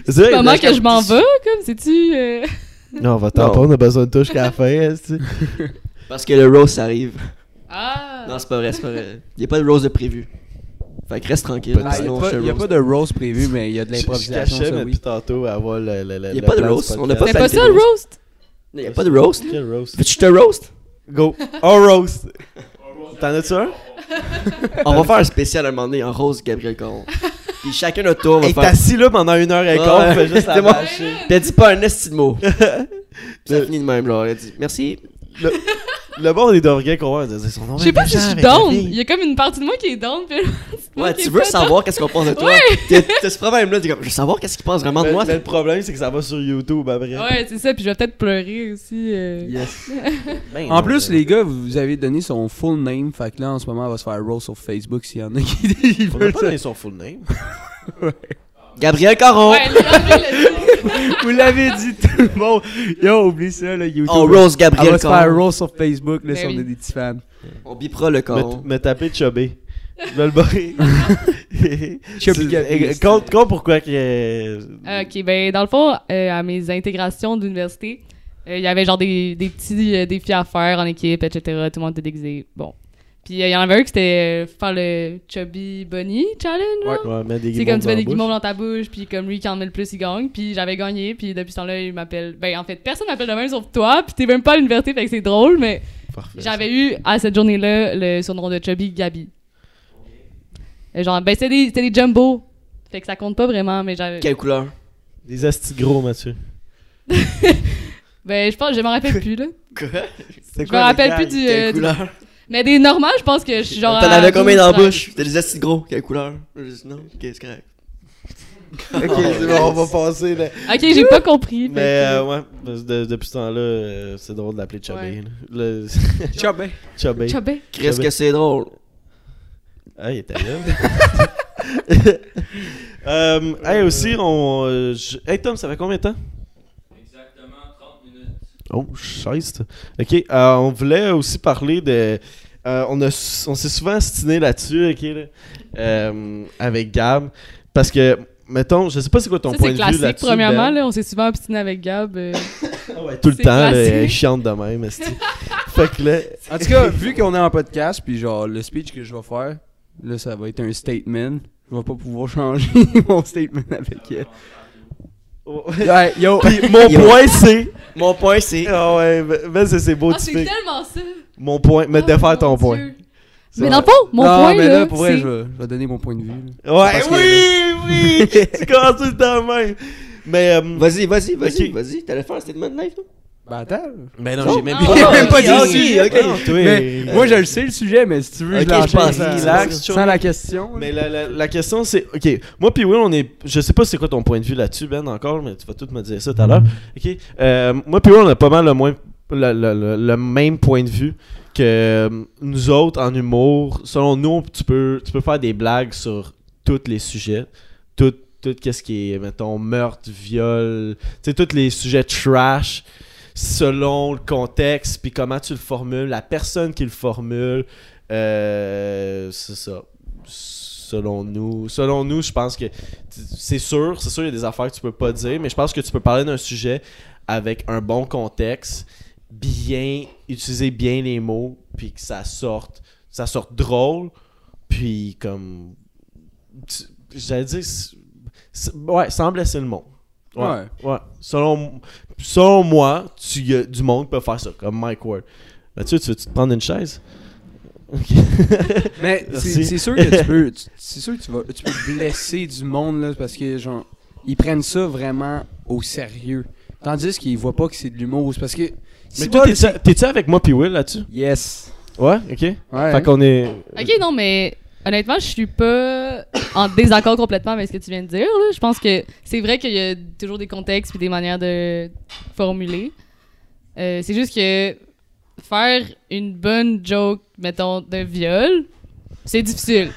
C'est vrai, Comment là, que je m'en vais, comme, c'est-tu... euh, Non, on va t'en Non. pas, on a besoin de touche qu'à la fin. hein, c'est- Parce que le rose arrive. Ah! Non, c'est pas vrai, c'est pas vrai. Il n'y a pas de rose de prévu. Fait que reste tranquille. Ah, il sinon, je te n'y a, roast. pas de rose prévu, mais il y a de Je- Je l'improvisation. cachais, ça, mais oui. depuis tantôt, avoir le. le, le Y a le pas de plan du roast, on a podcast. pas c'est fait pas des ça le roasts. roast? Il n'y a pas de roast. Quel roast? Veux-tu que je te roast? Go. On roast. T'en as-tu un? On va faire un spécial à un moment donné en rose Gabriel Coron. Puis chacun notre tour, on va Hey, t'as faire. assis là pendant une heure et Ouais, quart, fais [laughs] juste la c'est moi. mâcher. T'as dit pas un esti de mot. Puis ça finit de même, là. Elle a dit merci. Le monde, il devrait rien comprendre. Ils disent, Je sais pas si je suis down. Il y a comme une partie de moi qui est down. Puis l'autre partie de moi Ouais, qui tu est veux pas savoir qu'est-ce qu'on pense de toi. T'as t'as ce problème-là, [laughs] t'es comme, je veux savoir qu'est-ce qu'il pense vraiment de Mais, moi. mais le problème, c'est que ça va sur YouTube après. down. Ouais, c'est ça. Puis je vais peut-être pleurer aussi. euh. Ben, En non, plus, euh, les gars, vous vous avez donné son full name. Fait que là, en ce moment, elle va se faire roast sur Facebook s'il y en a qui [laughs] qui On a veulent pas [laughs] ça. donné son full name. Gabriel Caron. Ouais, [laughs] le- le- Vous l'avez dit, tout le monde. Yo, oublie ça, là, YouTube. On rose Elle va Gabriel se faire Caron. roast sur Facebook, là, Ben si oui. on est des petits fans. On bipera le Me, Caron. me taper Chubby. Je vais le [laughs] barrer. Chubby Gabi. C'est- eh, Compte, compte pourquoi Euh, que. le- ok, ben dans le fond, euh, à mes intégrations d'université, euh, il y avait genre des, des petits euh, défis à faire en équipe, etc. Tout le monde était déguisé. Bon. Puis euh, il y en avait un qui c'était euh, faire le Chubby Bunny Challenge. là. Ouais, mettre des C'est comme guimauves tu mets des dans guimauves la dans ta bouche, puis comme lui qui en met le plus, il gagne. Puis j'avais gagné, puis depuis ce temps-là, il m'appelle. Ben en fait, personne m'appelle de même sauf toi, puis t'es même pas à l'université, fait que c'est drôle, mais bouche. Parfait. j'avais eu à cette journée-là le surnom de Chubby Gabi. Et genre, ben c'était des, c'était des jumbo, fait que ça compte pas vraiment, mais j'avais. Quelle couleur Des astis gros, Mathieu. Ben je pense, je m'en rappelle plus là. Quoi Je me rappelle plus du. euh, Quelle du- couleur Mais des normales, je pense que je suis genre. euh, T'en à avais combien dans la 12, bouche T'as des astis gros. Quelle couleur Je dis, Non, ok, c'est correct. [laughs] Oh, Ok, c'est bon, on va passer. là. Ok, j'ai pas compris. Mais euh, ouais, de- de- depuis ce temps-là, euh, c'est drôle de l'appeler Chubby. Ouais. là. Le... [laughs] Chubby. Chubby. Chubby. Qu'est-ce que c'est drôle Ah, il était là. Euh, hey, aussi, on. euh, je- Hey, Tom, ça fait combien de temps Exactement 30 minutes. Oh, scheiße. Ok, euh, on voulait aussi parler de. euh, on a s- on s'est souvent stiné là-dessus, ok, là, euh, avec Gab. Parce que, mettons, je sais pas c'est quoi ton Ça, point c'est de vue classique, là-dessus. premièrement. Ben. Là, on s'est souvent obstiné avec Gab. euh, Ah ouais, tout le C'est temps, là, classique. elle est chiante de même. esti. [laughs] fait que là. En tout cas, vu qu'on est en podcast, puis genre le speech que je vais faire, là ça va être un statement. Je vais pas pouvoir [laughs] changer mon statement avec elle. Ouais, yo. [laughs] Puis mon Yo. point, c'est. Mon point, c'est. Ah ouais, mais, mais c'est c'est beau, Ah, tu c'est fais- tellement ça. Mon point, mais Oh, de faire mon ton Dieu. point. Mais dans le fond, mon non, point, mais là, là, pour vrai, c'est- je vais, je vais donner mon point de vue. là. Ouais, Parce que- oui, oui, tu commences tout le temps même. Mais, euh, Vas-y, vas-y, vas-y, Ok. vas-y. T'allais faire un statement de live, toi Ben attends. mais non, j'ai même Ah, Il a même ok, pas dit ok, si, ok. Ouais, non, toi, Mais euh, moi je le sais le sujet, mais si tu veux, Ok, je l'enchaîne je pense, sans- relax. sans la question. Mais la, la, la question c'est, ok, moi puis Will, on est, je sais pas c'est quoi ton point de vue là-dessus Ben encore, mais tu vas tout me dire ça tout à l'heure. Ok, euh, moi puis Will, on a pas mal le moins, le, le- le- le même point de vue que euh, nous autres en humour. Selon nous, tu peux, tu peux faire des blagues sur tous les sujets, tout, tout qu'est-ce qui est, mettons, meurtre, viol, tu sais, tous les sujets trash. Selon le contexte, puis comment tu le formules, la personne qui le formule, euh, c'est ça selon nous. Selon nous, je pense que t- c'est sûr, c'est sûr, il y a des affaires que tu peux pas dire, mais je pense que tu peux parler d'un sujet avec un bon contexte, bien utiliser bien les mots, puis que ça sorte, ça sorte drôle, puis comme tu- j'allais dire, c'est- c'est- ouais, sans blesser le monde. Ouais. Ouais. ouais. Selon, selon moi, tu y a du monde qui peut faire ça, comme Mike Ward. Mathieu, tu veux-tu te prendre une chaise? [laughs] Mais Merci. c'est c'est sûr que tu peux, tu- c'est sûr que tu vas, tu peux blesser du monde là, parce que genre ils prennent ça vraiment au sérieux, tandis qu'ils voient pas que c'est de l'humour. C'est parce que si Mais toi, Paul- t'es-tu- t'es-tu avec moi puis Will là-dessus? yes, Ouais, ok. ouais. Fait qu'on est. Ok, non, mais honnêtement, je suis pas en désaccord complètement avec ce que tu viens de dire. Là. Je pense que c'est vrai qu'il y a toujours des contextes et des manières de formuler. Euh, c'est juste que faire une bonne joke, mettons, d'un viol, c'est difficile.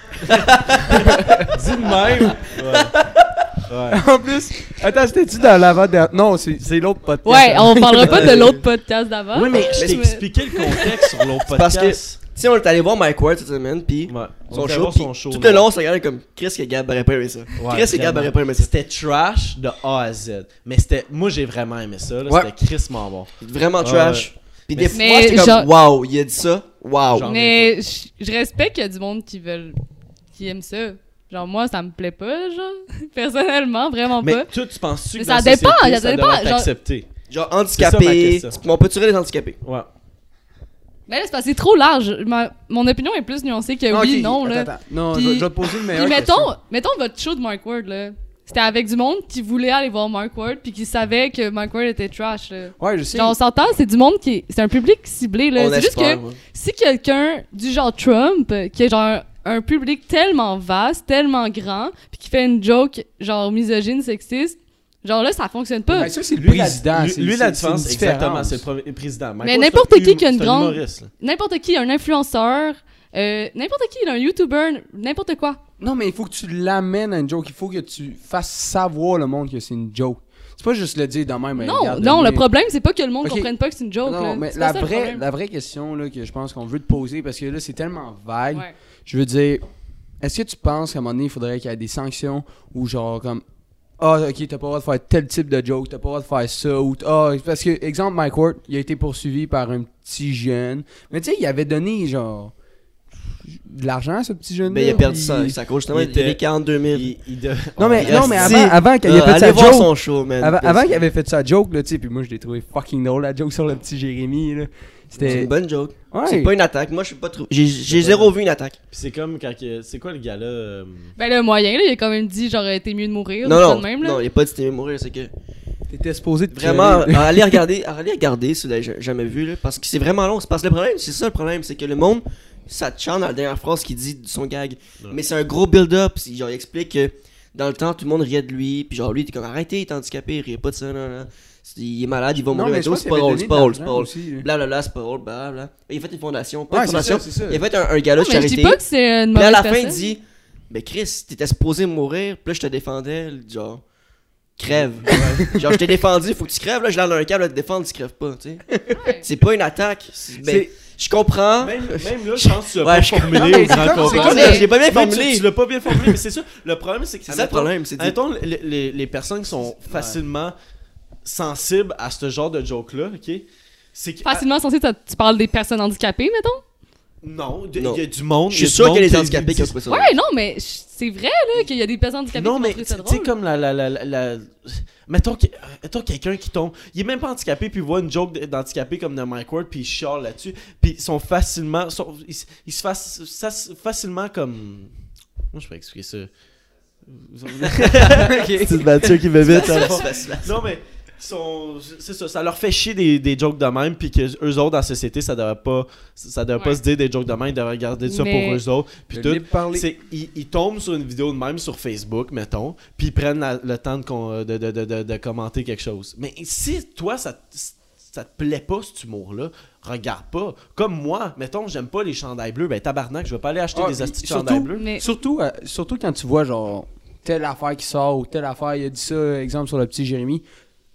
Dis de même. ouais. [laughs] en plus, attends, c'était-tu dans l'avant dernier Non, c'est c'est l'autre podcast. Ouais, on [laughs] parlera pas de l'autre podcast d'avant. Oui, mais je Mais- t'ai expliqué le contexte sur l'autre C'est parce podcast. que- Si on est allé voir Mike Ward cette semaine, puis Ouais. son On était show, voir puis son show, tout non. le long, on se regardait comme Chris et Gab aurait pas aimé ça. Chris et Gab clairement. aurait pas aimé ça. C'était trash de A à Z. Mais c'était. Moi, j'ai vraiment aimé ça. là. Ouais. C'était crissement bon. C'était vraiment Ah Ouais, trash. Puis des Mais fois, j'étais comme genre- Wow, il a dit ça. Wow. Genre- Mais je je respecte qu'il y a du monde qui veulent, qui aime ça. Genre moi, ça me plaît pas, genre [laughs] personnellement, vraiment Mais pas. toi, tu penses-tu que Mais ça dans la dépend, société, ça ça dépend, devrait genre- t'accepter? Genre C'est handicapé. ça ma question. tu- On peut tirer les handicapés. Ouais. Mais là, c'est parce que c'est trop large. Ma- mon opinion est plus nuancée que Ah, oui, ok, non là. attends, attends. Non, Puis- je, vais- je vais te poser une meilleure Puis mettons, question. mettons votre show de Mark Ward là. C'était avec du monde qui voulait aller voir Mark Ward puis qui savait que Mark Ward était trash là. Ouais, je sais. Genre on s'entend, c'est du monde qui, c'est un public ciblé là. On C'est juste que espère. ouais. si quelqu'un du genre Trump, euh, qui est genre un, un public tellement vaste, tellement grand, puis qui fait une joke genre misogyne, sexiste, genre là, ça fonctionne pas. Mais ça, c'est le Lui, la- président. lui- c'est- lui, c'est- la c'est différence, une exactement, différence. c'est le premier- président. Mike Mais Ward, n'importe c'est un qui hum- qui a une c'est un grande- humoriste, là. N'importe qui, un influenceur, euh, n'importe qui, un YouTuber, n'importe quoi. Non, mais il faut que tu l'amènes à une joke. Il faut que tu fasses savoir le monde que c'est une joke. C'est pas juste le dire de même. mais non, regarde, non, le mais- problème, c'est pas que le monde Ok. comprenne pas que c'est une joke. là. Non, mais C'est pas la ça, le vraie, problème. la vraie question là, que je pense qu'on veut te poser, parce que là, c'est tellement vague. Ouais. Je veux dire, est-ce que tu penses qu'à un moment donné, il faudrait qu'il y ait des sanctions ou genre comme. Ah, ok, t'as pas le droit de faire tel type de joke, t'as pas le droit de faire ça. Ou t- ah, parce que, exemple, Mike Ward, il a été poursuivi par un petit jeune. Mais tu sais, il avait donné genre. de l'argent, ce petit jeune-là. Mais Ben, il a perdu puis- sa, sa coach, justement, il il avait était- 42 000. Il- il de- Non, mais, non, mais Asti, avant, avant qu'il ait Ah, fait allez sa voir joke. son show, man. Avant, parce avant que qu'il avait fait sa joke, là, tu sais, puis moi je l'ai trouvé fucking drôle la joke sur le petit Jérémy, là. C'est C'était. une bonne joke. Ouais. C'est pas une attaque. Moi, je suis pas trop. J'ai j'ai pas zéro vu une attaque. Puis c'est comme quand. que- C'est quoi le euh, gars là Ben, le moyen, là, il a quand même dit, genre, t'es mieux de mourir. ou ça Non, de non, même, là. non, il a pas dit que t'aimais mourir. C'est que T'étais supposé de vraiment, euh, pleurer. allez regarder, [laughs] allez regarder si vous l'avez jamais vu, là, parce que c'est vraiment long. C'est Parce que le problème, c'est ça le problème, c'est que le monde, ça te chante dans la dernière phrase qu'il dit de son gag. Ouais. Mais c'est un gros build-up. c'est- Genre, il explique que dans le temps, tout le monde riait de lui, puis genre, lui, t'es comme arrêtez, il est handicapé, il riait pas de ça, non, non. C'est- Il est malade, il va Non, mourir mais je bientôt, pense c'est qu'il pas avait drôle, donné c'est de pas drôle, c'est l'argent pas drôle. aussi, là. Blablabla, c'est pas drôle, blablabla. Il a fait une fondation, pas Ouais, une c'est fondation. ça, c'est ça. Il a fait un, un gala Non, de mais je charité. dis pas que c'est une Puis là, à mauvaise la fin, personne. il dit Mais Chris, t'étais supposé mourir, puis là, je te défendais, genre, crève. [laughs] genre, je t'ai défendu, faut que tu crèves, là, je lance un câble à te défendre, tu crèves pas, tu sais. Ouais. C'est pas une attaque. c'est- Ben, C'est- je comprends. [laughs] même, là, je pense que tu l'as Ouais, pas je- Non, formulé mais au c'est grand comme- C'est c'est complet. comme comme- j'ai pas bien Même tu- formulé. Tu l'as pas bien formulé, mais c'est ça. Le problème, c'est que C'est c'est ça Ah, le problème, c'est Mettons, les, les- les personnes qui sont facilement sensibles à ce genre de joke-là, ok? C'est que. Facilement censé, t'as- tu parles des personnes handicapées, mettons? ah, non, de- il Non. y a du monde. Je il y suis a du sûr monde qu'il y a des qui- handicapés qui ont trouvé [laughs] ça. Ouais, non, mais je- c'est vrai, là, qu'il y a des personnes handicapées Non, qui ont mais trouvé tu ça sais, drôle. comme la. la, la, la, la- Mettons, que- mettons quelqu'un qui tombe. Il est même pas handicapé, puis il voit une joke d- d'handicapé comme dans Mike Ward, puis il chiale là-dessus. Puis ils sont facilement. sont- ils, s- ils se fassent ça s- facilement comme. Moi, je peux expliquer ça. ben, [laughs] Ok. Mathieu qui veut vite, facile. Non, mais. ils sont- C'est ça, ça leur fait chier des, des jokes de même, puis que eux autres, dans la société, ça devrait pas, ça devrait pas Ouais. se dire des jokes de même, ils devraient regarder ça Mais- pour eux autres. Puis Je tout. l'ai parlé. C'est, ils, ils tombent sur une vidéo de même sur Facebook, mettons, puis ils prennent la- le temps de, con- de, de- de- de- de commenter quelque chose. Mais si toi, ça, te- ça te plaît pas, cet humour-là, regarde pas. Comme moi, mettons, j'aime pas les chandails bleus, ben tabarnak, je vais pas aller acheter Ah, des puis astis de surtout- chandails bleus. Mais- Surtout, euh, surtout quand tu vois, genre, telle affaire qui sort ou telle affaire, il a dit ça, exemple, sur le petit Jérémy.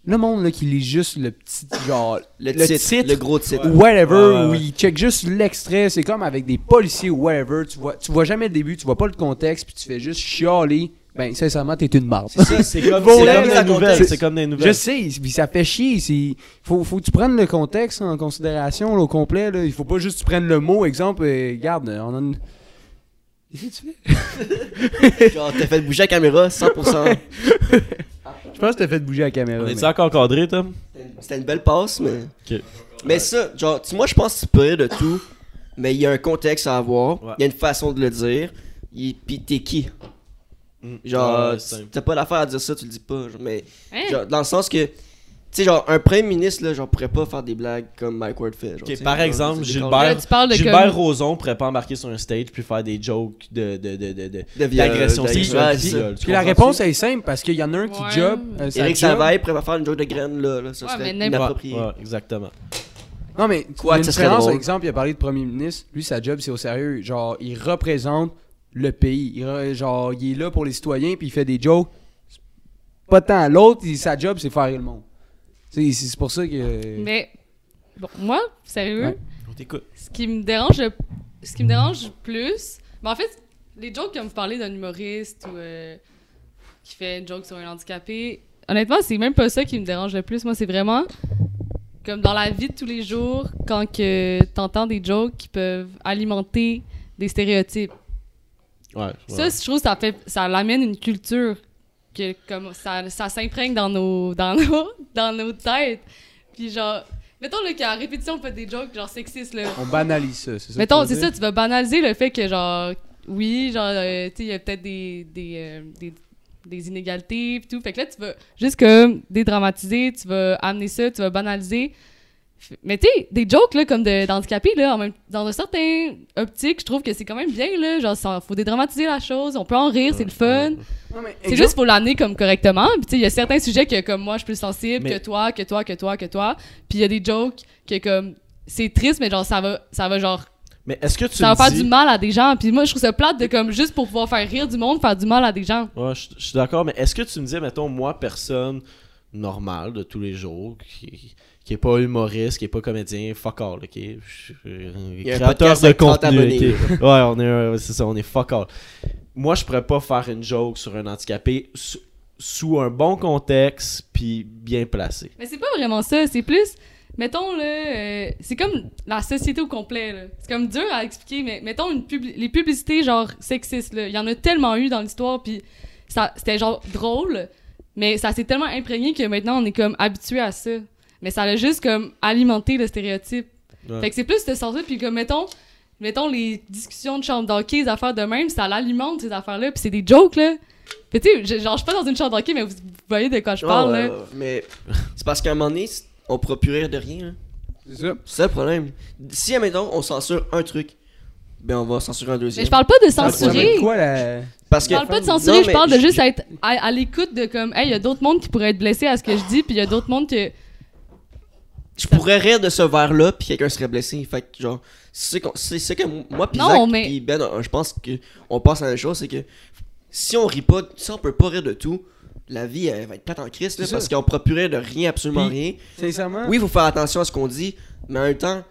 Le monde, là, qui lit juste le petit, genre, Le titre, le gros titre. ou whatever, Ouais, ouais, où ouais. il check juste l'extrait, c'est comme avec des policiers ou whatever, tu vois, tu vois jamais le début, tu vois pas le contexte, puis tu fais juste chialer, ben sincèrement, t'es une marde. Ça, c'est comme, Vaut c'est la comme mise des en nouvelles. contexte. C'est comme des Je nouvelles. sais, puis ça fait chier, c'est- faut, faut que tu prennes le contexte en considération là, au complet, là. il faut pas juste que tu prennes le mot, exemple, euh, regarde, on a une... Qu'est-ce que tu fais? Genre, t'as fait bouger la caméra [laughs] 100%. Je pense que t'as fait bouger la caméra. On mais- est encore cadré, Tom? C'était une belle passe, mais. Ok. Mais ça, genre, tu- moi je pense que tu peux rire de tout, mais il y a un contexte à avoir, il Ouais. y a une façon de le dire, y- pis t'es qui Genre, Ouais, tu- simple. t'as pas l'affaire à dire ça, tu le dis pas, genre, mais. Hein? euh, Genre, dans le sens que. Tu sais, genre, un premier ministre, là, genre, pourrait pas faire des blagues comme Mike Ward fait. Ok, Genre, tu sais, par genre, exemple, c'est des Gilbert- Là, tu parles de Gilbert comme- Rozon pourrait pas embarquer sur un stage puis faire des jokes de, de, de, de, de- De viol, d'agression sexuelle. d'agression, de c'est ça. viol, tu Puis la comprends-tu? réponse est simple, parce qu'il y en a un qui Ouais. job, euh, sa Éric job. Savaille pourrait pas faire une joke de graine, là, là ça Ouais, serait mais n'importe- inapproprié. Ouais, ouais, exactement. Non, mais Quoi quoi, une que ce serait différence, drôle. par exemple, il a parlé de premier ministre. Lui, sa job, c'est au sérieux. Genre, il représente le pays. Il re- genre, il est là pour les citoyens, puis il fait des jokes. C'est Pas tant. L'autre, il- sa job, c'est faire rire le monde. Tu sais, C'est pour ça que. Mais, bon, moi, sérieux, Ouais. On t'écoute. ce qui me dérange le- ce qui me dérange plus ben en fait les jokes comme vous parlez d'un humoriste ou euh, qui fait une joke sur un handicapé honnêtement c'est même pas ça qui me dérange le plus moi c'est vraiment comme dans la vie de tous les jours quand que t'entends des jokes qui peuvent alimenter des stéréotypes Ouais, ouais. ça je trouve ça fait ça l'amène une culture que comme ça, ça s'imprègne dans nos dans nos [laughs] dans nos têtes puis genre mettons le qu'à répétition on fait des jokes genre sexistes là On banalise ça. C'est ça Mettons, que tu c'est veux ça, dire? tu vas banaliser le fait que, genre, oui, genre, euh, tu sais, il y a peut-être des, des, euh, des, des inégalités pis tout. Fait que là, tu vas juste comme dédramatiser, tu vas amener ça, tu vas banaliser. F- Mais tu sais, des jokes, là, comme de- d'handicapés, là, en même, dans un certain optique, je trouve que c'est quand même bien, là. Genre, ça- faut dédramatiser la chose, on peut en rire, c'est le fun. Non, mais C'est exemple- juste faut l'amener comme correctement. Puis tu sais, il y a certains sujets que comme moi je suis plus sensible Mais- que toi, que toi, que toi, que toi. Puis il y a des jokes que comme c'est triste mais genre ça va ça va genre Mais est-ce que tu ça va le faire dis- du mal à des gens. Puis moi je trouve ça plate de comme juste pour pouvoir faire rire du monde faire du mal à des gens. Ouais, je je suis d'accord, mais est-ce que tu me dis, mettons, moi, personne normale de tous les jours, qui, qui est pas humoriste, qui est pas comédien, fuck all, ok? Je suis y a un créateur podcast de avec 30 contenu, abonnés. ok? Ouais, on est, un- c'est ça, on est fuck all. Moi, je pourrais pas faire une joke sur un handicapé sous, sous un bon contexte, puis bien placé. Mais c'est pas vraiment ça, c'est plus Mettons, là, euh, c'est comme la société au complet, là. C'est comme dur à expliquer, mais mettons une pub- les publicités, genre, sexistes, là. Il y en a tellement eu dans l'histoire, puis ça, c'était genre drôle, mais ça s'est tellement imprégné que maintenant, on est comme habitué à ça. Mais ça a juste, comme, alimenté le stéréotype. Ouais. Fait que c'est plus de sortir, puis comme, mettons, mettons les discussions de chambre d'hockey, les affaires de même, ça l'alimente, ces affaires-là, puis c'est des jokes, là. Puis tu sais, je- genre, je suis pas dans une chambre d'hockey, mais vous vous voyez de quoi je Ah, parle, ouais, là. ouais, Mais c'est parce qu'à un moment donné, c- on pourra plus rire de rien. hein. C'est ça. C'est ça le problème. Si, admettons, on censure un truc, ben on va censurer un Mais deuxième. je parle pas de Ah, Ça va censurer. être quoi la. Parce Je que parle pas de Non, censurer, je mais parle de je- juste à être à, à l'écoute de comme, hey, il y a d'autres mondes qui pourraient être blessés à ce que je dis, puis il y a d'autres mondes que. ben, je pourrais rire de ce verre-là, puis quelqu'un serait blessé. Fait que, genre, c'est qu'on- c'est c'est que moi, puis Non, Zach, mais- puis Ben, on- je pense qu'on pense à la même chose, c'est que si on rit pas, si on peut pas rire de tout, la vie, elle va être plate en crise, là, C'est parce ça. qu'on pourra plus rire de rien, absolument Puis- hein? rien. Sincèrement. Oui, il faut faire attention à ce qu'on dit, mais en même temps,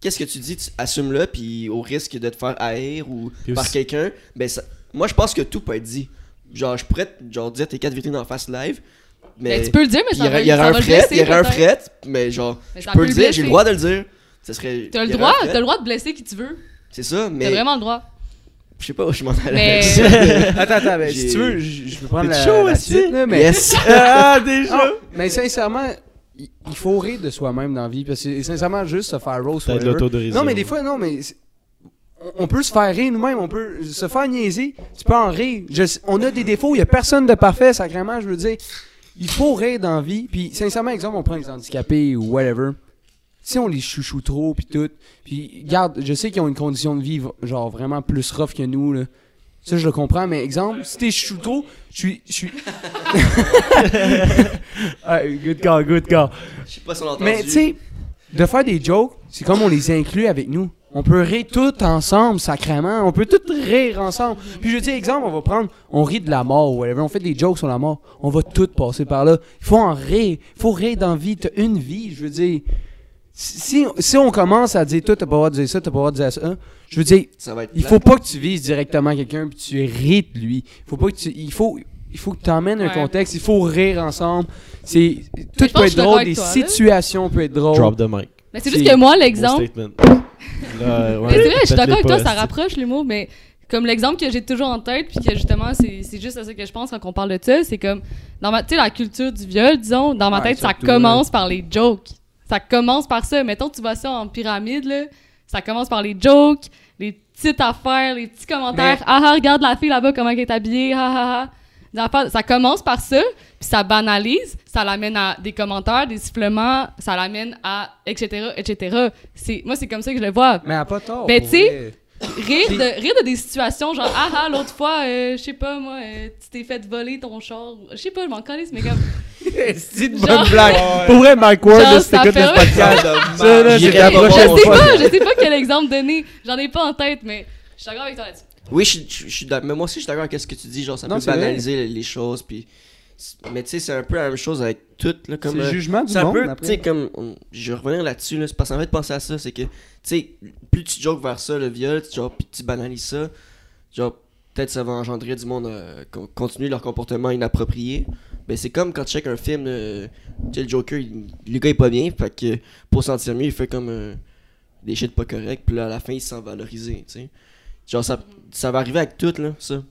qu'est-ce que tu dis, tu assumes-le, puis au risque de te faire haïr ou Puis par aussi- quelqu'un, ben, ça- moi, je pense que tout peut être dit. Genre, je pourrais te- genre, dire tes quatre vitrines en face live, mais... Ben, tu peux le dire, [laughs] mais Il y ça va, aurait, il y aurait ça un va le fret, blesser. il y aurait un peut-être. fret, mais genre, Mais je ça peux peut le le dire, j'ai le blesser. droit de le dire. Ce serait. T'as il le y aurait droit, un fret. t'as le droit de blesser qui tu veux. C'est ça, mais. T'as vraiment le droit. Je sais pas où je m'en allais. Mais- [laughs] avec [laughs] ça. Attends, attends, ben, J'ai- si tu veux, je je peux prendre T'es la, chaud, la aussi? suite, là, mais. Yes! Ah, [laughs] déjà! Ah, mais sincèrement, il il faut rire de soi-même dans la vie. Parce que sincèrement, juste se faire roast. T'as de whatever. l'autodérision. Non, mais des fois, non, mais. c'est- on- On peut se faire rire nous-mêmes, on peut se faire niaiser, tu peux en rire. Je sais- on a des défauts, il n'y a personne de parfait, sacrément, je veux dire. Il faut rire dans la vie. Puis, sincèrement, exemple, on prend les handicapés ou whatever. Si on les chouchoute trop, puis tout. Puis, garde, je sais qu'ils ont une condition de vie, genre, vraiment plus rough que nous, là. Ça, je le comprends, mais exemple, si t'es chouchou trop, je suis. Je suis... [laughs] Ah, good call, good call. Je sais pas si on l'a entendu. Mais tu sais, de faire des jokes, c'est comme on les inclut avec nous. On peut rire tout ensemble, sacrément. On peut tout rire ensemble. Puis je dis, exemple, on va prendre, on rit de la mort ou whatever. On fait des jokes sur la mort. On va tout passer par là. Il faut en rire. Il faut rire dans la vie. T'as une vie, je veux dire. Si, si on commence à dire tout, t'as pas le droit de dire ça, t'as pas le droit de dire ça, je veux dire, ça va être. il plate. faut pas que tu vises directement quelqu'un puis tu ris de lui. Faut pas que tu, il faut, il faut que tu emmènes un Ouais. contexte. Il faut rire ensemble. C'est tout peut je pense que je être suis d'accord drôle. avec Des toi, là. situations peuvent être drôles. Drop the mic. Mais c'est juste C'est- que moi, Beau l'exemple. statement. Là, ouais, Mais c'est vrai, je suis faites-les d'accord avec pas, toi, ça c'est- rapproche les mots, mais comme l'exemple que j'ai toujours en tête, puis que justement, c'est c'est juste à ça que je pense quand on parle de ça, c'est comme, dans ma, tu sais, la culture du viol, disons, dans ma Ouais, tête, ça surtout, commence par les jokes. Ça commence par ça. Mettons, tu vois ça en pyramide, là, ça commence par les jokes, les petites affaires, les petits commentaires. Mais- Ah ah, regarde la fille là-bas, comment elle est habillée, ah ah ah. Des affaires- Ça commence par ça, puis ça banalise, ça l'amène à des commentaires, des sifflements, ça l'amène à etc., etc. C'est- Moi, c'est comme ça que je le vois Mais elle a pas tort. Ben, pour tu sais, vrai. [laughs] rire Puis- de rire de des situations genre ah ah l'autre fois euh, je sais pas moi euh, tu t'es fait voler ton char je sais pas je m'en calisse mais comme c'est une Genre- bonne blague. Pour vrai, Mike Ward, Genre, là, si ça t'écoutes fait- le podcast, ça, là, Dommage. c'est J'irai la pas voir. prochaine je sais fois. pas je sais pas quel exemple donner j'en ai pas en tête mais je suis d'accord avec toi là-dessus Oui, je suis- je suis d'accord. Mais moi aussi, je suis d'accord avec ce que tu dis. Genre, ça Non, peut c'est vrai. banaliser les- les choses. Puis. Mais tu sais, c'est un peu la même chose avec tout. Là, C'est comme, le euh, jugement du Ça monde. peut, tu après. sais, comme. on- je vais revenir là-dessus, là, c'est parce qu'en fait, penser à ça, c'est que, tu sais, plus tu jokes vers ça, le viol, tu- genre, puis tu banalises ça, genre, peut-être ça va engendrer du monde euh, con- continuer leur comportement inapproprié. Mais c'est comme quand tu check un film, euh, tu sais, le Joker, il- le gars est pas bien, fait que pour se sentir mieux, il fait comme euh, des shit pas corrects, puis là, à la fin, il se sent valorisé, tu sais. Genre, ça, ça va arriver avec tout, là, ça.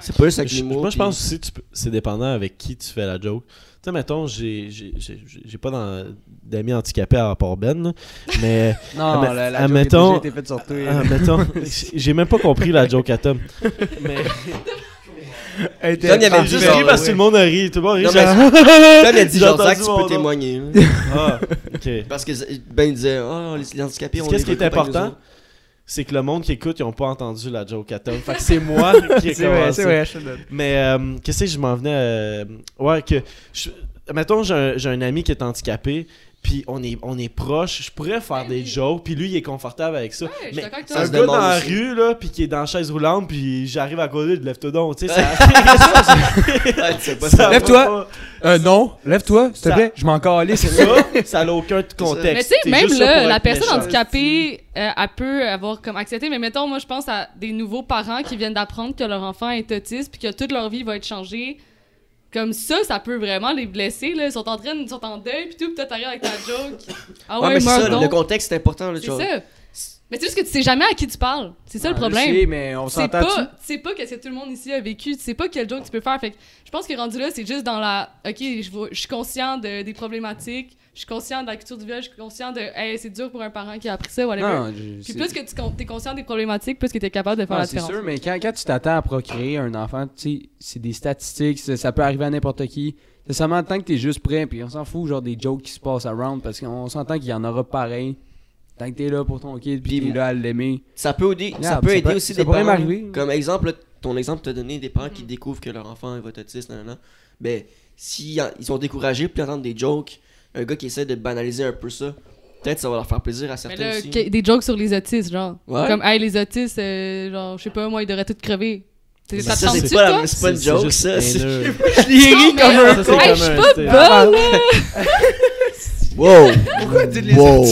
C'est pas juste avec Je- l'humour. Moi, je puis- pense aussi que tu peux- c'est dépendant avec qui tu fais la joke. Tu sais, mettons, j'ai j'ai- j'ai- j'ai pas dans- d'amis handicapés à part Ben, là, mais Non, Ah, la, la joke ah, a mettons- déjà été faite sur toi. ah, mettons, j'ai même pas compris la joke à Tom. Mais Elle était- Tom, il y avait Ah, juste genre, ri parce que ouais. tout le monde a ri. Tout le monde rit. Non, genre, Comme il a dit, J'ai genre, entendu Zach, tu mon nom. peux témoigner. là. Ah, ok. Parce que z- Ben il disait, oh, les, les handicapés, on Qu'est-ce qui les est récompagne important? aux autres. C'est que le monde qui écoute, ils ont pas entendu la joke à Tom. Fait que c'est [laughs] moi qui ai C'est vrai, commencé. c'est vrai, je te le donne. Mais euh, qu'est-ce que je m'en venais euh, Ouais, que. je- mettons, j'ai un, j'ai un ami qui est handicapé, puis on est, on est proche, je pourrais faire des jokes, puis lui, il est confortable avec ça. je suis mais d'accord avec c'est toi. un Ça se gars dans demande la aussi. rue, là, puis qui est dans la chaise roulante, puis j'arrive à côté, de lève-toi donc, tu sais, [laughs] ça. Ah, tu [laughs] sais pas ça ça. va Lève-toi. pas- Euh, non, lève-toi, s'il te Ça- plaît, je m'en calisse. Ça, ça n'a aucun contexte. mais tu sais T'es même juste pour là être la personne méchant. handicapée euh, elle peut avoir comme accepté mais mettons moi je pense à des nouveaux parents qui viennent d'apprendre que leur enfant est autiste puis que toute leur vie va être changée Comme ça, ça peut vraiment les blesser, là. Ils sont en train de. Ils sont en deuil, puis tout, pis toi, t'arrives avec ta joke. Ah Ouais, ouais, mais c'est meurs ça, donc. le contexte est important. Là, C'est genre. ça. Mais c'est juste que tu sais jamais à qui tu parles. C'est ça le Ah, je problème. sais, mais on Tu sais s'entend. pas, tu sais pas qu'est-ce que tout le monde ici a vécu, tu sais pas quel joke tu peux faire. Fait que je pense que rendu là, c'est juste dans la. Ok, je, vois- je suis conscient de- des problématiques, je suis conscient de la culture du viol, je suis conscient de. Hey, c'est dur pour un parent qui a appris ça, tu- whatever. Non, je- Puis c'est- plus que tu con- t'es conscient des problématiques, plus que t'es capable de faire Ah, la c'est différence. sûr, mais quand, quand tu t'attends à procréer un enfant, tu sais, c'est des statistiques, ça, ça peut arriver à n'importe qui. C'est seulement tant que t'es juste prêt, puis on s'en fout, genre des jokes qui se passent around, parce qu'on s'entend qu'il y en aura pareil. Tant que t'es là pour ton kid, puis Puis- t'es là à l'aimer. Ça peut, aider- Yeah, ça peut ça aider peut- aussi ça des pourrait parents. m'arriver. là. Comme exemple, là, ton exemple t'a donné des parents qui découvrent que leur enfant va être autiste, nanana. Ben, si en- ils sont découragés puis entendre des jokes, un gars qui essaie de banaliser un peu ça, peut-être ça va leur faire plaisir à Mais certains là, aussi. que- des jokes sur les autistes, genre. Ouais. Comme, hey, les autistes, euh, genre, je sais pas, moi, ils devraient tous crever. T'es- Mais Ça te ça, tente-tu, c'est pas, toi? la- c'est pas une C'est- c'est joke, juste ça. c'est- haineux. Je l'ai ri mais- comme un Ça, c'est con. Hey, je suis comme un, pas c'est- bonne! Wow! Wow.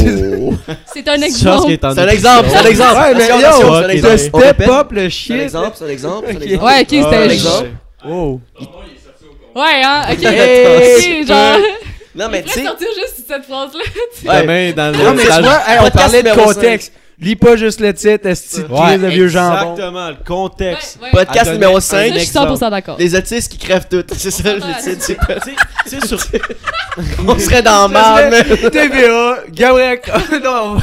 C'est un Tu penses qu'il exemple. est en C'est un exemple, c'est un exemple! Ouais, mais Attention, yo, attention, c'est ok, un exemple. The ben, On step répète. up le C'est un shit. [laughs] exemple, c'est un exemple, c'est un Ok. exemple. Ouais, ok, c'était Ah, un un ouais, exemple. joke. Oh. Ouais, hein, ok. [laughs] Hey, Ok, genre. Non, mais tu Je sais, sortir juste cette phrase-là. Ta main dans le Non, mais tu visage. vois, hey, on Podcast parlait de numéro contexte. Lis pas juste le titre, esti de Ouais, crise de vieux jambon. Exactement, le contexte. Ouais, ouais. podcast Attends, numéro mais- 5, Ça, je suis 100% d'accord. les autistes qui crèvent toutes. C'est ça, On s'entend le titre. c'est- [laughs] Tu sais- tu sais, sur- On serait dans la merde, là. Marne, TVA, Gabriel. non,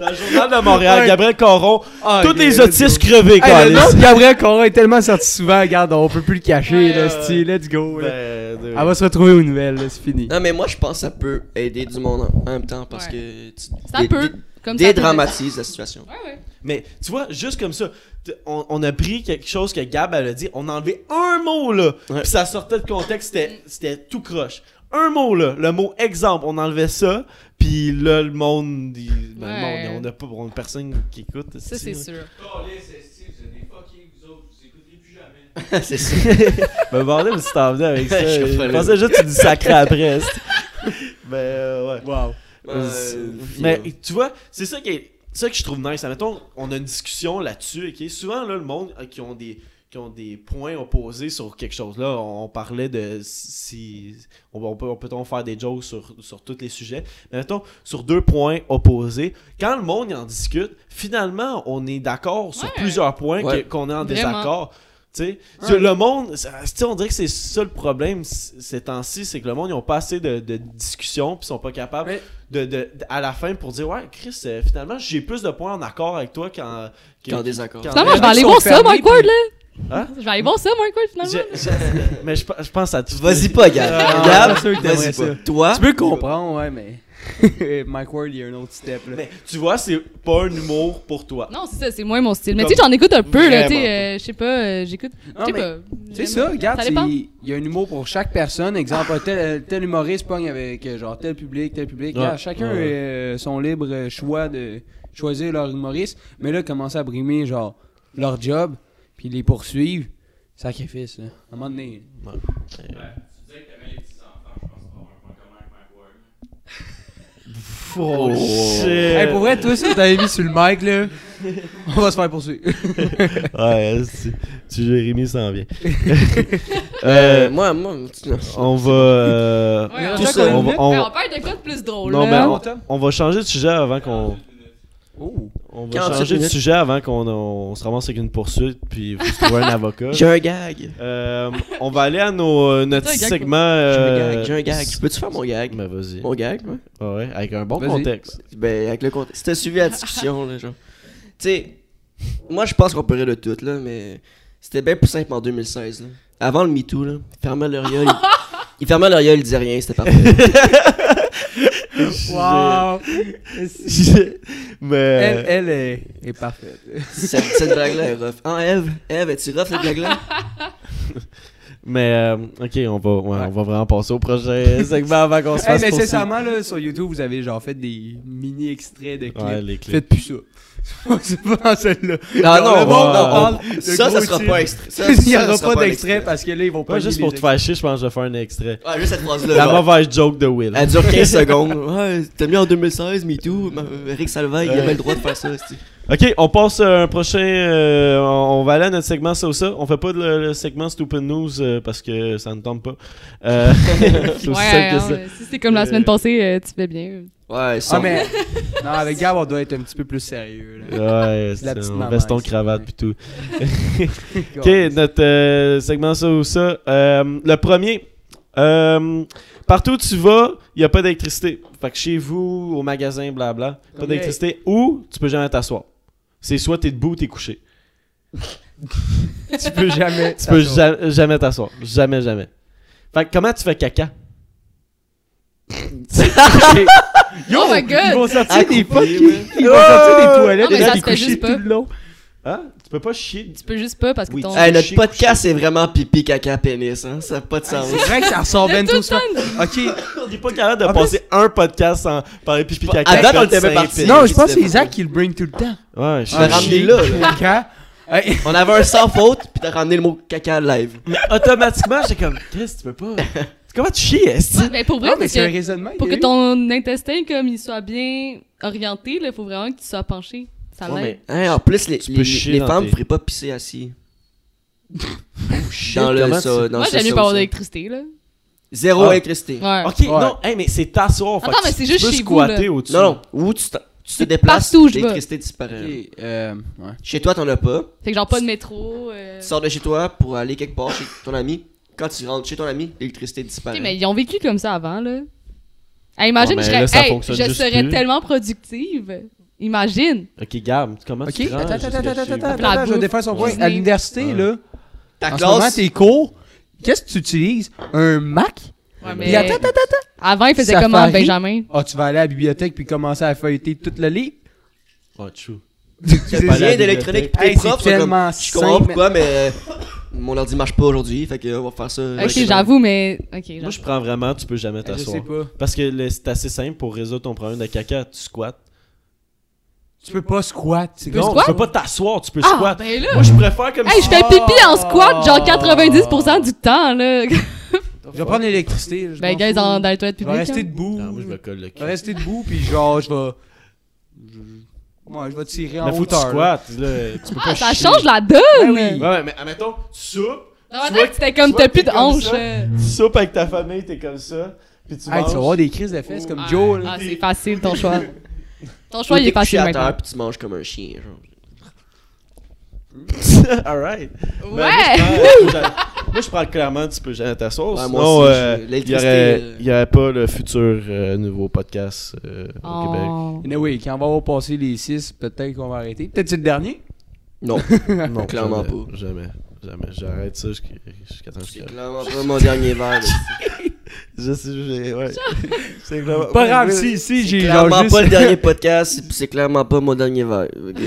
dans le journal de Montréal, Ouais. Gabriel Coron, Ah, tous les Gabriel, autistes go. crevés, Hey, le câlisse. nom de Gabriel Coron est tellement sorti souvent, regarde, on peut plus le cacher, Ouais, là, ouais, esti, let's go. là. Ben, de- Elle va se retrouver aux nouvelles, là, c'est fini. Non, mais moi, je pense que ça peut aider du monde en- en même temps parce que tu Ça dé- peut. dé- Comme ça. dédramatises la situation. peut- Ouais, ouais. Mais tu vois, juste comme ça, t- on, on a pris quelque chose que Gab elle a dit, on a enlevé un mot là, Ouais. puis ça sortait de contexte, c'était- c'était tout croche. Un mot là, le mot exemple, on enlevait ça, puis là le monde, il- ben, Ouais. le monde, on a pas on a personne qui écoute. Ça, c'est sûr. [laughs] c'est [laughs] ça. [laughs] Ben bordel, si t'en venais [laughs] avec ça, Je comprends je le- pensais juste que tu dis sacré après. c'est- [laughs] ben euh, ouais. Wow. Euh, mais puis, tu vois, c'est ça qui est- ça que je trouve nice. Admettons, on a une discussion là-dessus, ok? Souvent, là, le monde euh, qui ont des qui ont des points opposés sur quelque chose. Là, on, on parlait de si... On, on peut, on peut-on faire des jokes sur, sur tous les sujets. Mais mettons, sur deux points opposés, quand le monde y en discute, finalement, on est d'accord sur Ouais. plusieurs points que- Ouais. qu'on est en Vraiment. désaccord. Tu sais, Tu- le monde, ça- tu sais, on dirait que c'est ça le problème c- ces temps-ci, c'est que le monde, ils ont pas assez de, de discussions, puis ils sont pas capables Mais- de, de- de- à la fin pour dire, ouais, Chris, euh, finalement, j'ai plus de points en accord avec toi qu'en. Qu'en désaccord. qu'en- Ça, moi, je gens vais qui aller sont voir ça, fermés, Mike Ward, là. Hein? Je vais aller voir ça, Mike Ward, finalement. Je- je- [laughs] mais je, pe- je pense à tout. Vas-y pas, Gab. Ah, Gab, c'est sûr que t'aimerais vas-y ça. pas. Toi, Tu peux comprendre, ouais, mais. Mike Ward, il y a un autre step, là. Mais tu vois, c'est pas un humour pour toi. Non, c'est ça, c'est moins mon style. Mais tu sais, j'en écoute un peu, Vraiment. là. Tu sais, euh, je sais pas, euh, j'écoute. Je Non, sais mais pas. C'est J'aime- ça, regarde, Ça c'est- dépend. il y a un humour pour chaque personne. Exemple, tel, euh, tel humoriste pogne avec euh, genre tel public, tel public. Ouais. Regarde, chacun Ouais, ouais. euh, son libre euh, choix de choisir leur humoriste. Mais là, commencer à brimer genre leur job, puis les poursuivre, sacrifice. Là. À un moment donné. Oh, shit. Euh, Hey, pour vrai, toi, si t'avais mis sur le mic, [laughs] là, on va se faire poursuivre. Ouais, tu, tu Jérémy s'en vient. euh, Euh, moi, moi, tu- on va. euh, Ouais, Tout on tout va- ben, ça, ça, on va- on- Ouais, on parle de quoi de plus drôle, Non, là? mais on va changer de sujet avant qu'on. Oh! On va 47 changer de minutes. sujet avant qu'on on se ramasse avec une poursuite puis faut se trouver un avocat. j'ai un gag. Euh, on va aller à nos, euh, notre T'as un gag, segment. J'ai un euh, gag, j'ai un gag. Peux-tu faire mon gag? Ben vas-y. Mon gag, ouais. Ah Ouais, avec un bon Vas-y. contexte. Ben, avec le contexte. Si t'as suivi la discussion, là, genre. Tu sais, moi, je pense qu'on pourrait le tout, là, mais c'était bien plus simple en 2016, là. Avant le MeToo, là, il fermait leur [laughs] gueule. il- Il fermait leur gueule, il disait rien, c'était parfait. Wow. Mais Elle, elle est, est parfaite. cette cette blague-là est rough. Ah, Eve, Eve, es-tu rough, Ah. cette blague-là? mais euh, ok, on va ouais, Ouais. on va vraiment passer au prochain [laughs] segment avant qu'on se Hey, fasse poursuivre. nécessairement, là, sur YouTube, vous avez genre fait des mini extraits de clips. Ouais, les clips. Faites plus ça. [laughs] C'est pas celle-là. Ah Genre, non, le non, monde non, en parle de Ça, gros ça [laughs] sera titres. pas extra. ça, Il n'y ça, ça aura sera pas d'extrait extra. parce que là, ils vont pas Ouais, juste nier pour les te faire chier, je pense que je vais faire un extrait. Ouais, juste cette phrase-là. La genre. mauvaise joke de Will. Elle dure 15 secondes. Ouais, t'as mis en 2016, MeToo. Eric Salvaille, il avait le droit de faire ça, c'est-tu. Ok, on passe à un prochain. euh, on on va aller à notre segment ça ou ça. On fait pas le, le segment Stupid News euh, parce que ça ne tombe pas. Euh, [laughs] c'est aussi simple Ouais, que hein, ça. euh, si c'est comme la semaine passée, euh, tu fais bien. Ouais, ça. Ah, mais. non, avec Gab, on doit être un petit peu plus sérieux. Là. Ouais, La petite c'est- on maman, reste en ici. cravate pis tout. [laughs] Ok, God. notre euh, segment ça ou ça. Euh, le premier. Euh, partout où tu vas, il n'y a pas d'électricité. Fait que chez vous, au magasin, blabla, pas Ok. d'électricité. Ou tu peux jamais t'asseoir. C'est soit t'es debout ou t'es couché. tu peux jamais. Tu peux ja- jamais t'asseoir. Jamais, jamais. Fait que comment tu fais caca? oh my Ils god! vont sortir des fucking. Ils vont Oh! sortir des toilettes Non, mais et ça là, ils se fait couchent juste tout pas. le long. Hein? Tu peux pas chier. Tu peux juste pas parce que Oui. ton. Hey, notre Couché, podcast, c'est vraiment pipi, caca, pénis, hein. Ça n'a pas de sens. Ah, C'est vrai que ça [laughs] ressort bien tout ça. Ok. On n'est pas capable de En plus- passer un podcast sans parler pipi caca. À date, on Comme était bien cinq parti. minutes. Non, je pense que c'est Zach qui le bring tout le temps. Ouais, je Ah, suis ramenez-le, là, là. Caca. Hey, On avait un sans faute, puis t'as ramené le mot caca live. Mais automatiquement, j'étais comme, Chris, tu peux [laughs] pas. Comment tu chies, est-ce? Mais pour [laughs] vrai, Non, mais parce c'est un que raisonnement. pour il que est ton intestin comme il soit bien orienté, il faut vraiment que tu sois penché. Ça Ouais, l'aide. Hein, en plus, les, Tu les, peux chier les dans femmes tes- feraient pas pisser assis. dans le comment ça, dans Moi, ce j'aime mieux ça pas ou avoir ça. d'électricité, là. Zéro Ah. électricité. Ouais. Ok, Ouais. non, hey, mais c'est t'asseoir. Attends, mais c'est juste tu peux chez vous, squatter là. au-dessus. Non, non. Où tu, t'en- tu te C'est déplaces, partout où je vais. l'électricité disparaît. Ok, euh, ouais. Chez toi, t'en as pas. Fait que genre pas de métro. euh. Tu sors de chez toi pour aller quelque part chez ton ami. Quand tu rentres chez ton ami, l'électricité disparaît. Ok, mais ils ont vécu comme ça avant, là. Hey, imagine, Ouais, je Ah, mais serais, là, ça hey, fonctionne je juste serais plus. tellement productive. Imagine. Ok, Gab, tu commences. Ok, attends, attends, attends, attends, attends, La attends, je vais bouffe, défendre son point. Disney. À l'université, Ouais. là, Ta en ce moment, classe, tes cours, qu'est-ce que tu utilises? Un Mac? Ouais, Puis attends, attends, attends. Avant, ils faisaient Safari. comme en Benjamin. Ah, tu vas aller à la bibliothèque puis commencer à feuilleter tout le livre? Oh, chou. C'est [laughs] pas la rien d'électronique, puis Hey, tes profs, c'est sont comme, tellement je comprends simple. pourquoi, mais euh, mon ordi marche pas aujourd'hui, fait que euh, on va faire ça. Ok, Ouais, j'avoue, mais. Ok, genre. Moi, je prends vraiment, tu peux jamais Je t'asseoir. sais pas. Parce que le- c'est assez simple pour résoudre ton problème de caca. Tu squattes. Tu peux pas squat. c'est peux Non, con. squat? tu peux pas t'asseoir, tu peux ah, squat. ben là! Moi, je préfère comme Hey, je fais Oh. pipi en squat, genre 90% du temps, là. Je vais prendre l'électricité. je ben, m'en guys, fous. dans, dans les toilettes Je vais publiques. rester hein. debout. Non, moi, je me colle le cul. Je vais rester debout puis genre, je vais... je- Ouais, je vais tirer en Mais faut que tu hauteur. là. squattes, [laughs] là. Tu peux Ah, pas ça chier. change la donne! Ben oui. Ouais, ouais, mais admettons, tu soupes, Dans ma Tu tête, vois- c'était tu Ah, comme vois t'as que plus t'es de comme hanches. ça? euh. tu soupes avec ta famille, t'es comme ça, puis tu Hey, tu vas manges. avoir des crises de fesses comme Ah, Joe. là. Ah, c'est facile ton choix. Ton choix, il est t'es couché facile à terre, maintenant. puis tu manges comme un chien, genre. [laughs] Alright. Ben, moi, Ouais! je [laughs] prends- Moi, je prends clairement tu peux jamais t'asseoir. Ouais, moi sinon, aussi, euh, j'ai- il n'y l'électricité, aurait, euh, il y aurait pas le futur euh, nouveau podcast euh, au Oh. Anyway, quand on va passer les 6, peut-être qu'on va arrêter. Peut-être c'est le dernier. Non, Québec. Non, clairement jamais, Jamais. Jamais. J'arrête ça jusqu'à jusqu'à temps que je [laughs] c'est crève. clairement pas mon dernier verre. là. Je sais, j'ai. Ouais. [laughs] C'est clairement. Pas Ouais, grave, ouais. si, si, C'est j'ai genre clairement juste... pas le dernier podcast, puis c'est clairement pas mon dernier verre. Ok.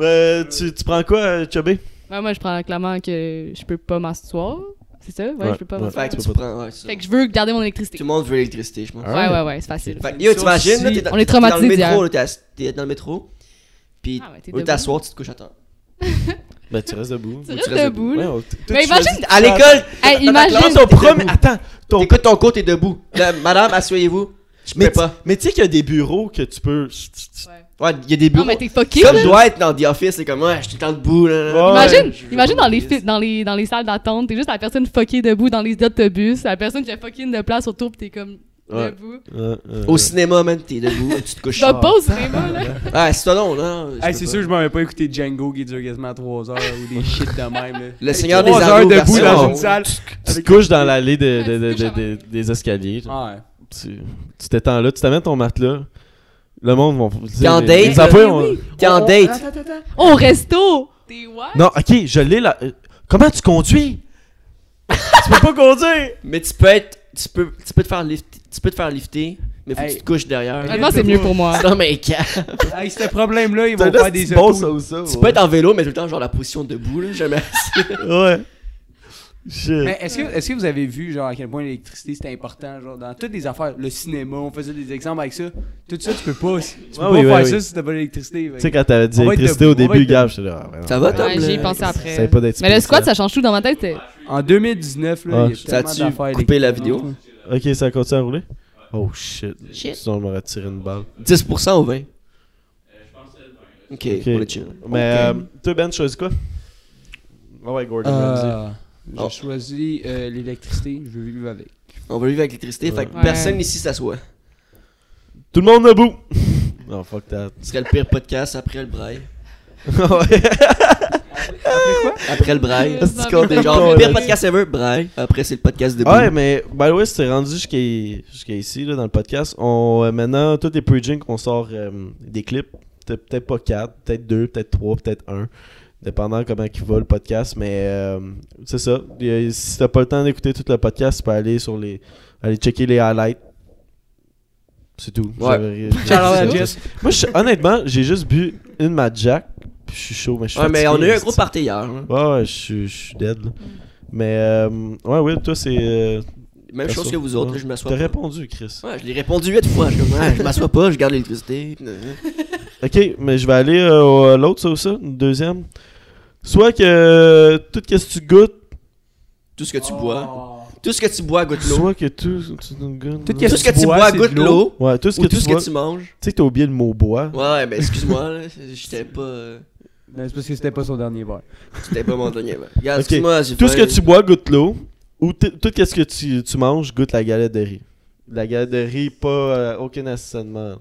Euh, tu, tu prends quoi, euh, Chubby Ouais, moi, je prends clairement que je peux pas m'asseoir. C'est ça? Ouais, Ouais, je peux pas ouais. m'asseoir. [laughs] Fait que Tu tu peux prends, ouais, c'est ça. Fait que je veux garder mon Tout électricité. le monde veut l'électricité, je pense. Ah Ouais, ouais, ouais, c'est facile. Fait que, yo, t'imagines, là, t'es dans, On est t'es dans le traumatisés métro, d'hier. là, t'es ass- t'es dans le métro, puis Ah ouais, t'es au lieu de debout. t'asseoir, tu te couches à terre. Ben, tu restes debout. Tu tu restes restes debout, là. Ouais, on- t- toi, Mais tu imagine- choisis- À l'école, Hey, imagine. Dans ton premier. Attends, ton t'écoutes ton cours, t'es debout. Là, madame, asseyez-vous. Je Mais peux tu- pas. mais tu sais qu'il y a des bureaux que tu peux. Ouais. Ouais, il y a des Non, bureaux. mais t'es fucké, Comme là. je dois être dans The Office, c'est comme, ouais, je suis tout le temps debout, là. là. Ouais. Imagine, Je- imagine dans les, je- fi- dans, les, dans les salles d'attente, t'es juste la personne fuckée debout dans les autobus, la personne qui a fucking de place autour pis t'es comme Ouais. debout. Euh, euh, Au cinéma, man, t'es debout, tu te couches. Tu vas pas au cinéma, là. Ouais, c'est toi non, non. je Hey, peux c'est pas. sûr, je m'en vais pas écouter Django qui dure quasiment 3 heures ou des shit de même. Là. Le Seigneur des Trois heures Anneaux debout version- dans une salle. Tu te couches dans l'allée de- de- de- Ouais, tu te couches de- de- des escaliers. genre. Ah, ouais. Tu tu t'étends là, tu t'amènes ton matelas. Le monde vont. T'es en date, Les employés là. ont- Oui, T'es en On- date. attends, attends, attends. Au resto! T'es what? Non, ok, je l'ai là. Euh, Comment tu conduis [laughs] Tu peux pas conduire Mais tu peux être. Tu peux, tu peux te faire lifter, tu peux te faire lifter, mais faut que Hey. tu te couches derrière. Hey. Honnêtement, c'est mieux pour moi. [laughs] Non, mais calme. Hey, ce problème-là, ils T'as vont là, faire c'est des bon autos. ça ou ça Tu peux être en vélo, mais tout le temps, genre la position debout, là, jamais assis. Ouais. Shit. Mais est-ce que, est-ce que vous avez vu genre à quel point l'électricité c'était important genre dans toutes les affaires, le cinéma, on faisait des exemples avec ça. Tout ça tu peux pas, tu peux Ah pas oui, oui, faire oui. ça si t'as pas l'électricité. Tu sais, quand t'avais dit On va être électricité au debout, on va début, être Gab, j'étais là. ah, ouais, Ça non, va, ouais, Tom, Ouais, j'y ai là? pensé ça après. savait pas hein. d'être Mais le squat, spécial. ça change tout dans ma tête. t'es- En 2019 là, Ah. il y a tellement Ça a-tu d'affaires coupé la électriques. vidéo? Ok, ça continue à rouler Oh shit. Shit. Sinon, on m'aurait tiré une balle. 10% ou 20? Ok, Ok. on est chill. Mais euh, toi, Ben, tu choisis quoi Ah ouais, Gordon Ramsay. Euh, Oh. J'ai choisi euh, l'électricité, je veux vivre avec. On va vivre avec l'électricité, fait que Ouais. personne ici s'assoit. Tout le monde [laughs] debout Oh, Non, fuck that. Ce serait le pire podcast après le braille. [laughs] Ouais. Après le braille. Euh, Est-ce qu'on est Genre, con, le pire là? podcast ever, braille. Après, c'est le podcast de Ouais, Blue. mais by the way, si t'es rendu jusqu'à jusqu'à ici, là, dans le podcast, on, euh, maintenant, tous les pre-jing qu'on sort euh, des clips, Peut- peut-être pas 4, peut-être 2, peut-être 3, peut-être 1, dépendant comment il va le podcast, mais euh, c'est ça. Il y a- Si t'as pas le temps d'écouter tout le podcast, tu peux aller sur les aller checker les highlights. C'est tout. Ouais. J'avais rien- Shout out à j'avais- Jess. Moi, je- honnêtement, j'ai juste bu une Mad Jack, puis je suis chaud, mais je suis Ouais, mais on fatigué, a eu un c'est- gros party hier. hein. Ouais, ouais, je suis- je suis dead. là. Mais euh, ouais, Will, toi, c'est. euh, Même T'as chose ça. que vous autres, Ouais. là, je m'assois T'as pas. répondu, Chris. Ouais, je l'ai répondu 8 fois. Je, suis comme, ouais, je m'assois pas, je [laughs] garde l'électricité. Ok, mais je vais aller euh, au- à l'autre, ça ou ça, une deuxième. Soit que euh, tout ce que tu goûtes, Tout ce que tu bois. Oh. Tout ce que tu bois, goûte l'eau. soit que tout, tu nous goûtes- Tout ce Tout ce que tu bois, c'est de goûte l'eau. Ouais, tout ce Ou que tout tu ce que bois. tu Tu manges. sais que t'as oublié le mot bois. Ouais, mais excuse-moi, là, j'étais pas. euh, Non, C'est parce que c'était pas son dernier verre. J'étais pas mon dernier. ben. Regarde, Ok. excuse-moi, j'ai Tout ce faim. que tu bois, goûte l'eau. Ou t- tout ce que tu, tu manges, goûte la galette de riz. La galette de riz, pas euh, aucun assaisonnement. là.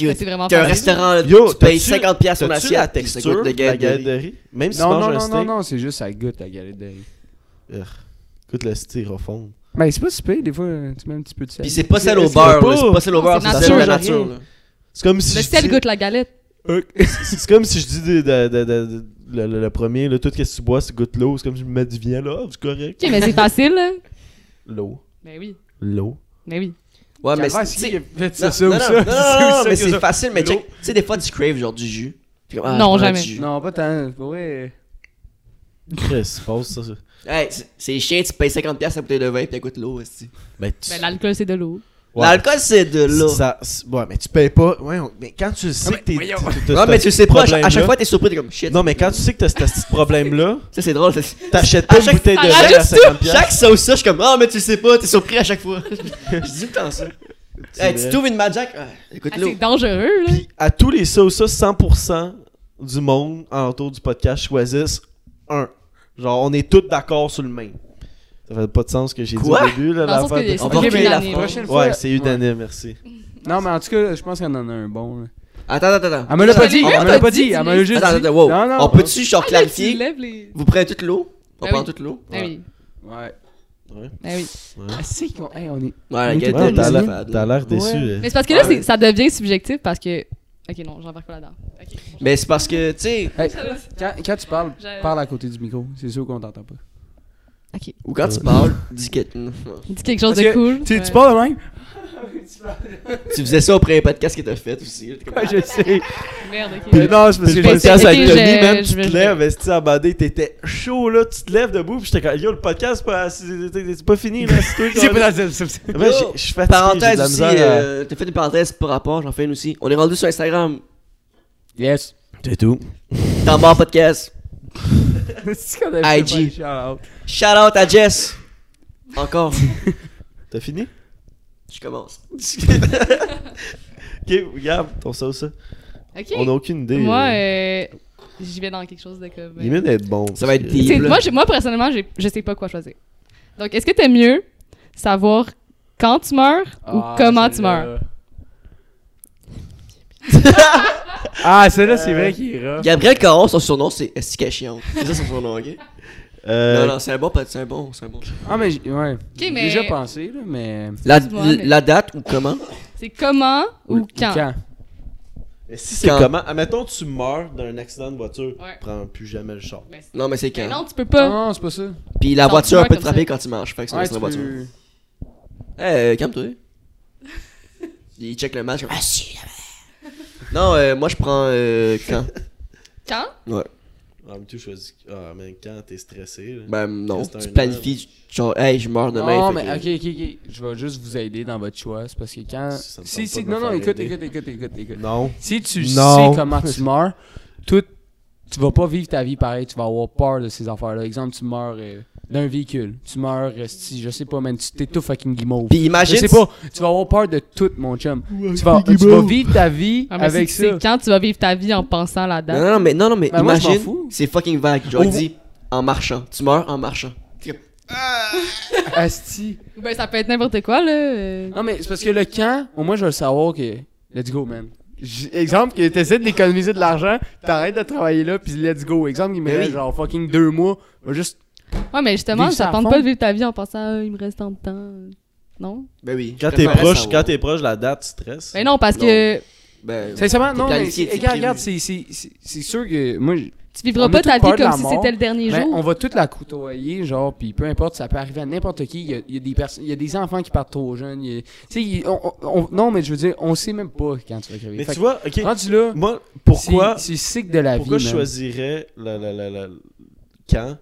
Mais C'est vraiment T'as un pareil. restaurant, Yo, tu payes t'as-tu- 50$ piastres ton T'as-tu assiette. la ça texture goûte de le la galette de riz. riz? Même si tu Non, manges non, un non, non, steak, non, c'est juste ça goûte la galette de riz. goûte le styrofoam. Mais c'est pas si pire, des fois, euh, tu mets un petit peu de sel. Pis c'est pas celle C'est- au c'est beurre, pas- là, c'est pas celle au Non, beurre, c'est c'est celle de la naturel. nature. là. C'est comme si Le je sel dis- goûte la galette. Euh, c'est c'est comme si je dis de- de- de- de- de- le, le- le premier, là, tout ce que tu bois, c'est goûte l'eau. C'est comme si je me mets du viande, là, c'est correct. Ok, mais c'est facile, hein. là. L'eau. Ben oui. L'eau. Ben oui. Ouais, mais Calvaire, c'est- c'est- tu sais- Faites Non, ça, ça non, ou non, ça. [laughs] non, C'est [laughs] non, ou non, ça mais que ça. c'est facile, mais L'eau. check. Tu sais, des fois, tu craves genre du jus. Puis comme, ah, Non, prends jamais. du jus. Non, pas tant, pour vrai. Chris, passe ça. ça. Hey, c'est- c'est chiant, tu payes 50$ piastres la bouteille de vin, puis t'écoutes l'eau aussi. Ben, tu... Ben l'alcool, c'est de l'eau. Ouais. L'alcool, c'est de l'eau. Ça- c'est- ouais, mais tu payes pas. Ouais, on- mais quand tu sais Non, mais que t'es. voyons. t'as- t'as- Non, mais t'as tu ce sais pas, à chaque- à problème-là- chaque fois, t'es surpris, t'es comme, shit. Non, mais quand tu sais que t'as ce [laughs] petit problème-là, Ça, c'est drôle. ça. t'achètes À pas une chaque- bouteille de à vin chaque- à 50$. piastres. Chaque sauce, ça, je suis comme, ah, mais tu sais pas, t'es surpris à chaque [laughs] fois. Je dis tout le temps ça. C'est Hey, tu vrai. trouves une Mad Jack? Ah, Ah, Écoute l'eau. c'est dangereux, là. Puis à tous les ça ou ça, 100% du monde autour du podcast choisissent un. Genre, on est tous d'accord sur le même. Ça fait pas de sens ce que j'ai dit au Quoi? début. Là, Dans le sens l'affaire que de- c'est On va pas recréer la unanime. prochaine. Ouais, c'est unanime, merci. Non, mais en tout cas, je pense qu'on en a un bon. là. Attends, attends, attends. Ah, Elle me l'a pas Tu dit, l'as elle me pas l'a pas dit, dit, elle tu me l'as l'a juste Attends, dit. attends, wow. Non, non. On peut-tu, Ah, genre, là, tu clarifier? lèves les. Vous prenez toute l'eau? On Ben prend oui. toute l'eau? Ben oui. Ouais. Ouais. Ben oui. Ah, c'est qu'on. Hey, on est. Ouais, la Mais t'as- Ouais, galette de riz, t'as t'as c'est l'air- l'air, fade. t'as l'air déçu. Ouais. euh. Mais c'est parce que là, Ouais. c'est- ça devient subjectif parce que. Ok, non, j'en vais pas là-dedans. Ok. Mais c'est parce que, tu sais, Hey, quand, quand tu parles, Je- parle à côté du micro. C'est sûr qu'on t'entend pas. ou quand tu parles, dis que. [laughs] Non. Dis quelque chose Parce de que, cool. Tu sais, Ouais. tu parles de même? [laughs] Tu faisais ça au premier podcast que t'as fait aussi. là, t'es comme, Ouais, je sais. Merde, ok. Mais non, c'est parce que Le je le sais. podcast ok, avec je- Tommy, man, je tu vais- te lèves, esti abandé, t'étais chaud là, tu te lèves debout, pis j'étais comme, yo, le podcast, c'est pas- c'est c'est- c'est pas fini là, c'est [laughs] toi. J'ai quand même. pas dans le sens. Ouais, j'ai- Je suis fatigué, j'ai de Parenthèse la aussi, misère. à- euh, t'as fait des parenthèses par rapport, j'en fais une aussi. On est rendu sur Instagram, Yes. C'est tout. dans Bar Podcast. C'est qu'on a IG. fait pas le shout-out. Shout out à Jess. Encore. T'as fini? Je commence. Ok, regarde, ton ça ou ça. Ok. On a aucune idée. Moi, là. euh, j'y vais dans quelque chose de comme. euh, Il est mieux d'être bon. Ça va être parce que- Tu sais, deep. moi, j'ai- moi, personnellement, j'ai- je sais pas quoi choisir. Donc, est-ce que t'aimes mieux savoir quand tu meurs ou Ah, comment tu celle-là. [laughs] meurs? Ah, celle-là, c'est vrai qu'il est rough. [laughs] Gabriel Caron, son surnom, c'est Estica Chiante. C'est ça son surnom, ok? Euh, Non, non, c'est un bon, pod- c'est un bon, c'est un bon. Ah, mais. j'ai- Ouais. J'ai mais- déjà pensé, là, mais. La, Excuse-moi, mais- la date ou comment? C'est comment ou quand? mais Si c'est Quand- comment? Admettons, tu meurs d'un accident de voiture, Ouais. prends plus jamais le char. Non, mais c'est Mais Ben, non, quand. tu peux pas. Non, c'est pas ça. Puis la Non, tu voiture vois peut te comme ça. frapper quand tu marches. Fait que c'est Ouais, dans tu la voiture. peux- Eh, calme-toi. Il check le match comme Ah si! ah, ben. Non, euh, moi je prends euh, quand? Quand? Ouais. Ah, mais tu choisis. Ah, mais quand t'es stressé. là. Ben non, Qu'est-ce que c'est tu un planifies genre hey, je meurs demain. Ah. Non, fait mais que- ok, ok, ok. Je vais juste vous aider dans votre choix. C'est parce que quand. Ça me Si, tente pas si, de non, me non, faire écoute, aider. écoute, écoute, écoute, écoute. Non. Si tu Non. sais comment tu meurs, tout, tu vas pas vivre ta vie pareil. Tu vas avoir peur de ces affaires-là. Exemple, tu meurs euh, d'un véhicule. Tu meurs, euh, si je sais pas, man, tu t'es tout fucking guimauve. Puis imagine. Je sais pas, tu vas avoir peur de tout, mon chum. Tu vas, tu vas vivre ta vie Ah, mais avec c'est- ça. c'est quand tu vas vivre ta vie en pensant à la Non, date. non, non, mais, non, non, mais Ben, moi, je m'en imagine. fous. C'est fucking vague. J'aurais dit en marchant. Tu meurs en marchant. Asti. Ou ben ça peut être n'importe quoi là. euh. Non, mais c'est parce que le camp, au moins, je vais le savoir que. Let's go, man. J- Exemple, que t'essaies d'économiser de l'argent, t'arrêtes de travailler là, puis let's go. Exemple, il me Ben reste oui. genre fucking deux mois, va juste. Ouais, mais justement, Vivre ça ça à tente fond. pas de vivre ta vie en pensant Ah, il me reste tant de temps. euh, Non? Ben oui. Quand je t'es préférerais proche, savoir. quand t'es proche, la date, tu stresses. Mais non, parce que Ben, Sincèrement, non, mais planifié, c'est- c'est regarde, prévu. regarde, c'est- c'est c'est- c'est sûr que moi, j- tu vivras On pas a ta tous vie peur de la comme si mort, c'était le dernier ben, jour. on va toute la coutoyer, genre, puis peu importe, ça peut arriver à n'importe qui. Il y a, il y a des personnes, il y a des enfants qui partent trop jeunes. il y a- Tu sais, il- on- on- on- non, mais je veux dire, on sait même pas quand tu vas crever. Mais Fait tu vois, ok, que, rendu là, moi, pourquoi, c'est c'est sick de la pourquoi vie. je man. choisirais la, la, la, la- quand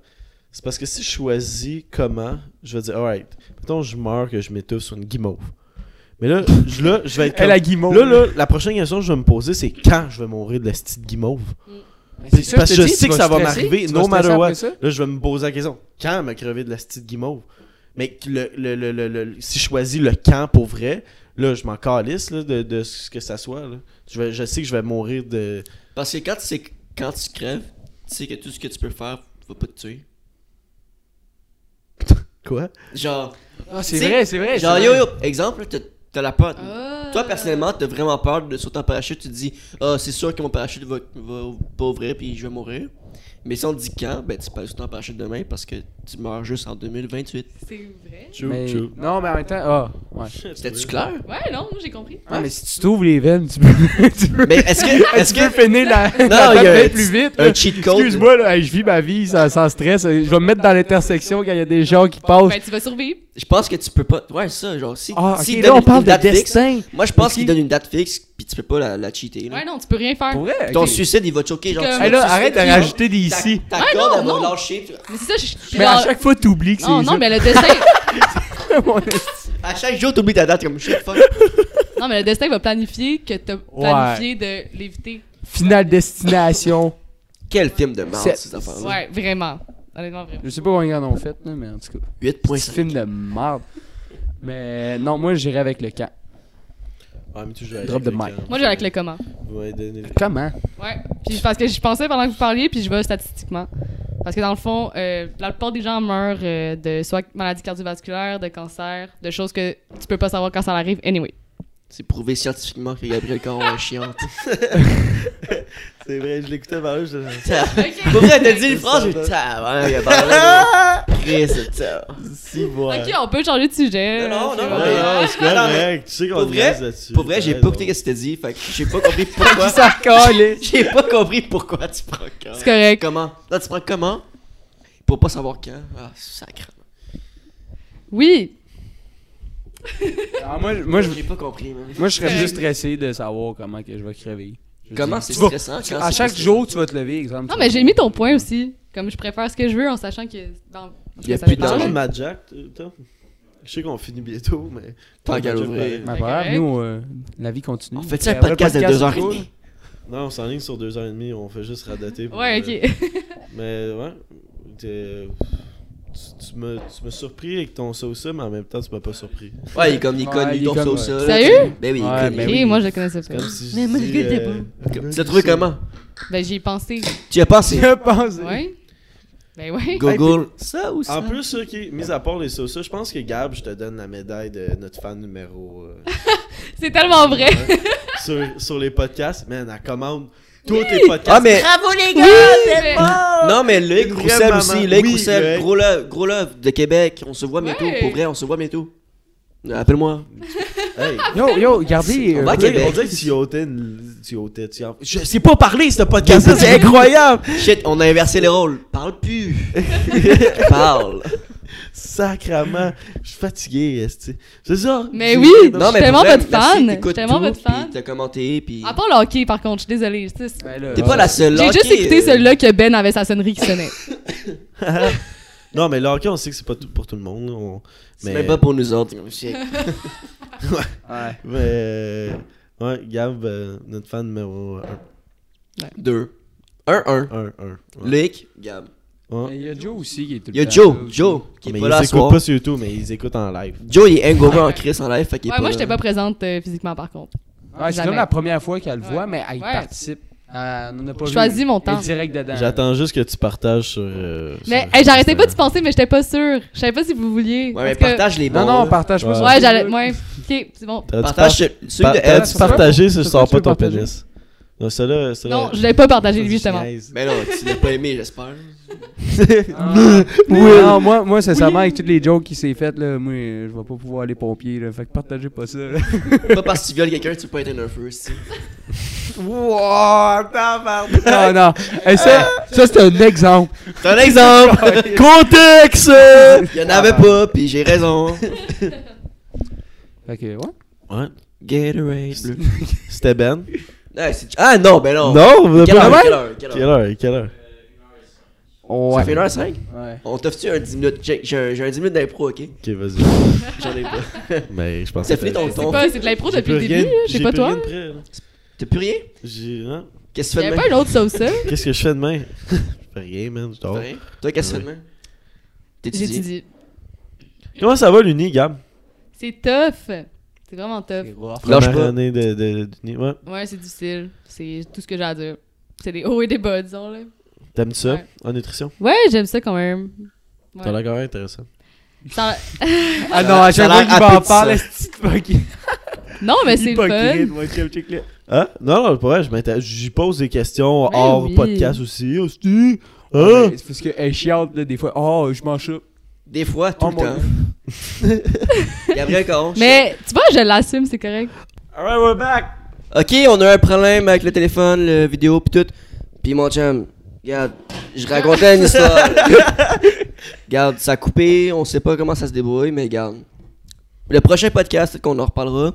C'est parce que si je choisis comment, je vais dire, alright, mettons, je meurs que je m'étouffe sur une guimauve. Mais là, je, là, je vais [laughs] être. Elle comme- a guimauve. Là, là, la prochaine question que je vais me poser, c'est quand je vais mourir de la petite guimauve. Mais Puis- c'est ça, parce que te je dis, tu sais que vas ça va stresser, m'arriver, tu no vas matter stresser what. après ça. Là, je vais me poser la question, quand me crever de la petite guimauve? Mais que le, le, le, le- le- si je choisis le quand pour vrai, là, je m'en calisse là, de, de ce que ça soit. là. Je, vais, je sais que je vais mourir de... Parce que quand tu sais que- quand tu crèves, tu sais que tout ce que tu peux faire va pas te tuer. Quoi? Genre, Ah, c'est Tu sais, vrai, c'est vrai. genre c'est yo vrai. yo, exemple, t'as- t'as la peur. Ah. Toi personnellement, t'as vraiment peur de sauter en parachute, tu te dis Ah, c'est sûr que mon parachute va, va pas ouvrir puis je vais mourir. Mais si on te dit quand, ben tu peux aller sauter en parachute demain parce que tu meurs juste en 2028. C'est vrai? Mais- Non, mais en même temps, ah, ouais. C'était-tu clair? Ouais, non, moi j'ai compris. Ah, mais si tu t'ouvres les veines, tu peux, [laughs] tu peux, Mais est-ce que. [laughs] Est-ce tu peux que. finir la, non, il y a un plus vite. là. Un cheat code. Excuse-moi, là, hey, je vis ma vie sans, sans stress. euh, Je vais me mettre dans l'intersection quand il y a des gens qui passent. Ben, tu vas survivre. Je pense que tu peux pas. Ouais, ça, genre, si. Ah, si ok, il là, donne on une- parle une de date fixe- destin. Moi, je pense Ok. qu'il donne une date fixe, puis tu peux pas la, la cheater. Là. Ouais, non, tu peux rien faire. Pour vrai? ok. Ton suicide, il va te choquer. Genre, Comme- tu Hey, vas là, te arrête de suicider, genre, rajouter des ta- ici. Ta Ouais, corde, non, elle va non. lâcher. tu- Mais c'est ça, je- je suis Mais à genre- chaque fois, t'oublies que c'est Non, non, ça. mais le destin. [laughs] [laughs] Mon esti. À chaque jour, t'oublies ta date comme shit, fuck. non, mais le destin va planifier que t'as planifié de l'éviter. Finale destination. Quel film de merde, Sept. ces affaires-là. Ouais, vraiment. Honnêtement, vraiment. Je sais pas combien ils en ont fait, là, mais en tout cas. C'est 8.5. film de merde. Mais non, moi, j'irai avec le camp. Ah, mais tu joues avec Drop de le mic. camp. Moi, j'ai avec le comment. Vous m'avez donné- Comment? Ouais. Puis parce que je pensais pendant que vous parliez, puis je vais statistiquement. Parce que dans le fond, euh, la plupart des gens meurent euh, de soit maladie cardiovasculaire, de cancer, de choses que tu peux pas savoir quand ça arrive. Anyway. C'est prouvé scientifiquement que Gabriel Caron est chiant. tu C'est vrai, je l'écoutais par là, je- sais. [laughs] [laughs] Pour vrai, elle t'a dit une phrase, j'ai dit, ah, ouais, il a parlé. [laughs] Chris, ça. Si, voilà. Ok, on peut changer de sujet. Non, non, C'est non, bon. Ouais, non, c'est Ah, non, mais- correct, tu sais qu'on Pour vrai, niaise là-dessus, pour vrai, j'ai t'as pas écouté raison. ce que t'as dit, fait que j'ai [laughs] pas compris pourquoi. Ça calait. [laughs] J'ai pas compris pourquoi tu prends quand. C'est correct. Comment? Là, tu prends comment? Pour pas savoir quand. Ah, sacre. Oui. Alors, Ah, moi, je- moi, je, J'ai pas compris, man. moi, je serais plus stressé de savoir comment que je vais crever. Je Comment dis- c'est tu vas- stressant? quand À c'est chaque stressant? jour, tu vas te lever, exemple. Non, mais j'ai mis ton point aussi. Comme je préfère ce que je veux en sachant que. Dans... Il y a ça plus de dépend. danger. Parle de Mad Jack, euh, Tom. Je sais qu'on finit bientôt, mais. Tant qu'à Mad Jack, l'ouvrir. pareil. Mais pas grave, Correct. nous, euh, la vie Hmm. continue. On fait-tu un Mais après le podcast de deux heures c'est et cool. demie? Non, on s'enligne sur 2h30, on fait juste radoter. puis, euh, Ouais, ok. Mais ouais, t'es- tu, tu m'as tu m'as surpris avec ton sauce, mais en même temps, tu m'as pas surpris. Ouais, il est comme, il est Ouais, connu, il est ton comme, sauce. ouais. là. Sérieux? Ben oui, il est Ouais, connu. ben Ok, oui. moi je le connaissais C'est pas. comme si je Mais moi, dis, je goûtais euh, Tu l'as trouvé comment? Ben j'y ai pensé. Tu y as pensé? Je pense. Ouais. Ben ouais. [laughs] Google. Ça ou ça? En plus, ok, mis à part les sauces, je pense que Gab, je te donne la médaille de notre fan numéro. [laughs] euh, C'est tellement vrai. un sur, sur les podcasts. Man, elle commande tous les podcasts. Ah, mais. Bravo les Oui, gars, mais- c'est bon. Ah, Non, mais Loïc Une vraie Roussel maman. aussi. Loïc Oui, Roussel, Loïc. gros love, gros love de Québec. On se voit bientôt. Ouais. Pour vrai, on se voit bientôt. [laughs] Euh, Appelle-moi. Hey, Yo, yo, regardez. On euh, Ah, va à on dirait ben. Québec. on dirait que tu ôtais une- tu ôtais- tu en- Je sais pas parler, ce podcast-là, c'est incroyable! Shit, on a inversé les rôles. Parle [laughs] plus. Parle. Sacrement, je suis fatigué, esti. C'est ça? Mais j'ai- oui! non, Je suis mais tellement pour vrai, votre merci, fan. t'écoutes Je suis tellement tout, votre fan. Puis t'as commenté, puis. À part le hockey, par contre, je suis désolée. C'est- c'est- ben là, T'es ah, pas la seule. J'ai juste ok, écouté euh, celui-là que Ben avait sa sonnerie qui sonnait. Non, mais le hockey, on sait que c'est pas tout pour tout le monde. on- C'est même pas pour nous [laughs] autres. Shit. Ouais. Mais, euh, ouais, Gab, euh, notre fan numéro 1. Deux. Un, un. 1, 1. Loïc, Gab. Mais il y a Joe aussi qui est tout Il y a le temps Ah, là Joe, aussi. Joe, qui est Mais pas ils là ce écoutent soir. pas sur YouTube, mais ils écoutent en live. Joe, il est hangover Ouais. en Chris en live, fait qu'il est Ouais, pas moi, j'étais pas là. présente euh, physiquement, par contre. Ouais, c'est Jamais. comme la première fois qu'elle le voit, Ouais. mais elle y Ouais. participe. Euh, on en a pas Je vu. choisis mon Elle est temps. direct dedans. J'attends juste que tu partages sur. euh, Mais sur- hey, j'arrêtais pas d'y penser, mais j'étais pas sûre. Je savais pas si vous vouliez. Ouais, parce mais que- partage les bons. Non, non, là. partage pas Ouais. ça. Ouais, j'allais. [laughs] Ouais, ok, c'est bon. T'as dû partage par- ce- celui de Euh, par- t'as elle. dû tu partager si je Pourquoi sors tu veux pas ton partager? pénis. Non, celle-là. celle-là- Non, je l'avais pas partagé, celle-là, lui, justement. niaise. Mais non, tu l'as pas aimé, [laughs] j'espère. Ah. Non, moi, moi sincèrement, avec toutes les jokes qui s'est faites, là, moi, euh, je vais pas pouvoir aller pompier. Là, fait que partagez pas ça. là. Pas parce que tu violes quelqu'un, tu peux être un first. si. Wow, tabarnak. non, non. Hey, ça, ça c'est un exemple. C'est un exemple! Contexte! Il y en avait pas, pis j'ai [laughs] raison. Fait que, ouais. [laughs] Ouais, Gatorade bleu. c'était Ben. Ah, c'est- Ah non, ben non! Non, vous avez Quelle pas heure, mal? quelle heure, quelle Quelle heure? heure? Quelle heure? Ça Ouais. fait 1h05? Ouais. On t'offre-tu un 10 minutes? J'ai j'ai un, j'ai un 10 minutes d'impro, ok? Ok, vas-y. J'en ai pas. [laughs] Mais je pense T'as fini ton C'est ton. pas- c'est de l'impro J'ai depuis le plus début, rien- là, je j'ai sais pas plus toi. rien de prêt, là. T'as plus rien? J'ai- hein? Qu'est-ce que tu fais Y'avait de pas même? un autre sauce, ça. Qu'est-ce que je fais demain? [laughs] Je fais rien, man. Je dors. T'as rien? Toi, qu'est-ce que tu fais de même? T'étudies? J'étudie. Comment ça va, l'Uni, Gab? C'est tough. C'est vraiment tough. Lâche Première pas. année de, de, d'Uni, ouais. Ouais, c'est difficile. C'est tout ce que j'ai à dire. C'est des hauts et des bas, disons, là. T'aimes-tu ça Ouais. en nutrition? Ouais, j'aime ça quand même. Ouais. T'as l'air quand même intéressant. Ça- Ah non, à Ça a chaque fois l'air qu'il m'en appétissant. parle, est-ce que [laughs] tu Non, [laughs] mais c'est le fun. moi, check, check, check. Hein? Non, non, pas vrai, je m'intéresse. J'y pose des questions Mais hors Ben oui. podcast aussi. Hostie! Ouais, Hein? mais C'est parce qu'elle chiante, là, des fois. Oh, je m'en chope. Des fois, tout Oh le mon temps. [laughs] Gabriel Caron. Mais tu vois, je l'assume, c'est correct. Alright, we're back! Ok, on a un problème avec le téléphone, le vidéo, pis tout. Pis mon chum, regarde, je racontais une histoire. Regarde, ça a coupé, on sait pas comment ça se débrouille, mais regarde. Le prochain podcast, qu'on en reparlera.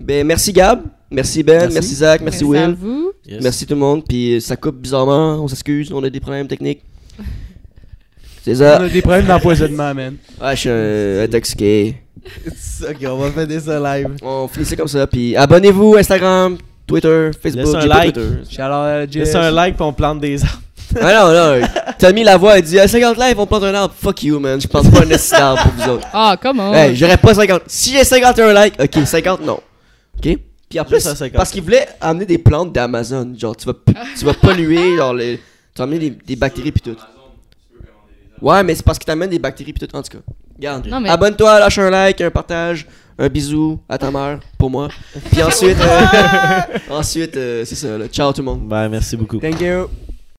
Ben, merci Gab, merci Ben, merci, Merci. Zach, merci, à Will. vous. Yes. Merci tout le monde, puis euh, ça coupe bizarrement, on s'excuse, on a des problèmes techniques. C'est On ça. a des problèmes d'empoisonnement, man. Ah, je suis un- intoxiqué. [laughs] Ok, on va faire ça live. On finit ça comme ça, puis abonnez-vous Instagram, Twitter, Facebook, Laisse un j'ai pas like. Twitter. Shout out Laisse un like pis on plante des arbres. Ah non, non, Tommy Lavoie a dit Eh, 50 live, on plante un arbre. Fuck you, man. Je plante pas un esti d'arbre pour vous autres. Ah, comment? Hey, j'aurais pas 50. Si j'ai 51 likes, ok, 50 non. Ok? Puis en plus, Juste à 50. parce qu'il voulait amener des plantes d'Amazon. Genre, tu vas, p- tu [laughs] vas polluer, genre, les, tu vas amener des, des bactéries pis tout. Ouais, mais c'est parce qu'il t'amène des bactéries pis tout. En tout cas, regarde. Non, mais- Abonne-toi, lâche un like, un partage, un bisou à ta mère, [laughs] pour moi. Puis ensuite, euh, ensuite euh, c'est ça, là. ciao tout le monde. Ben, merci beaucoup. Thank you.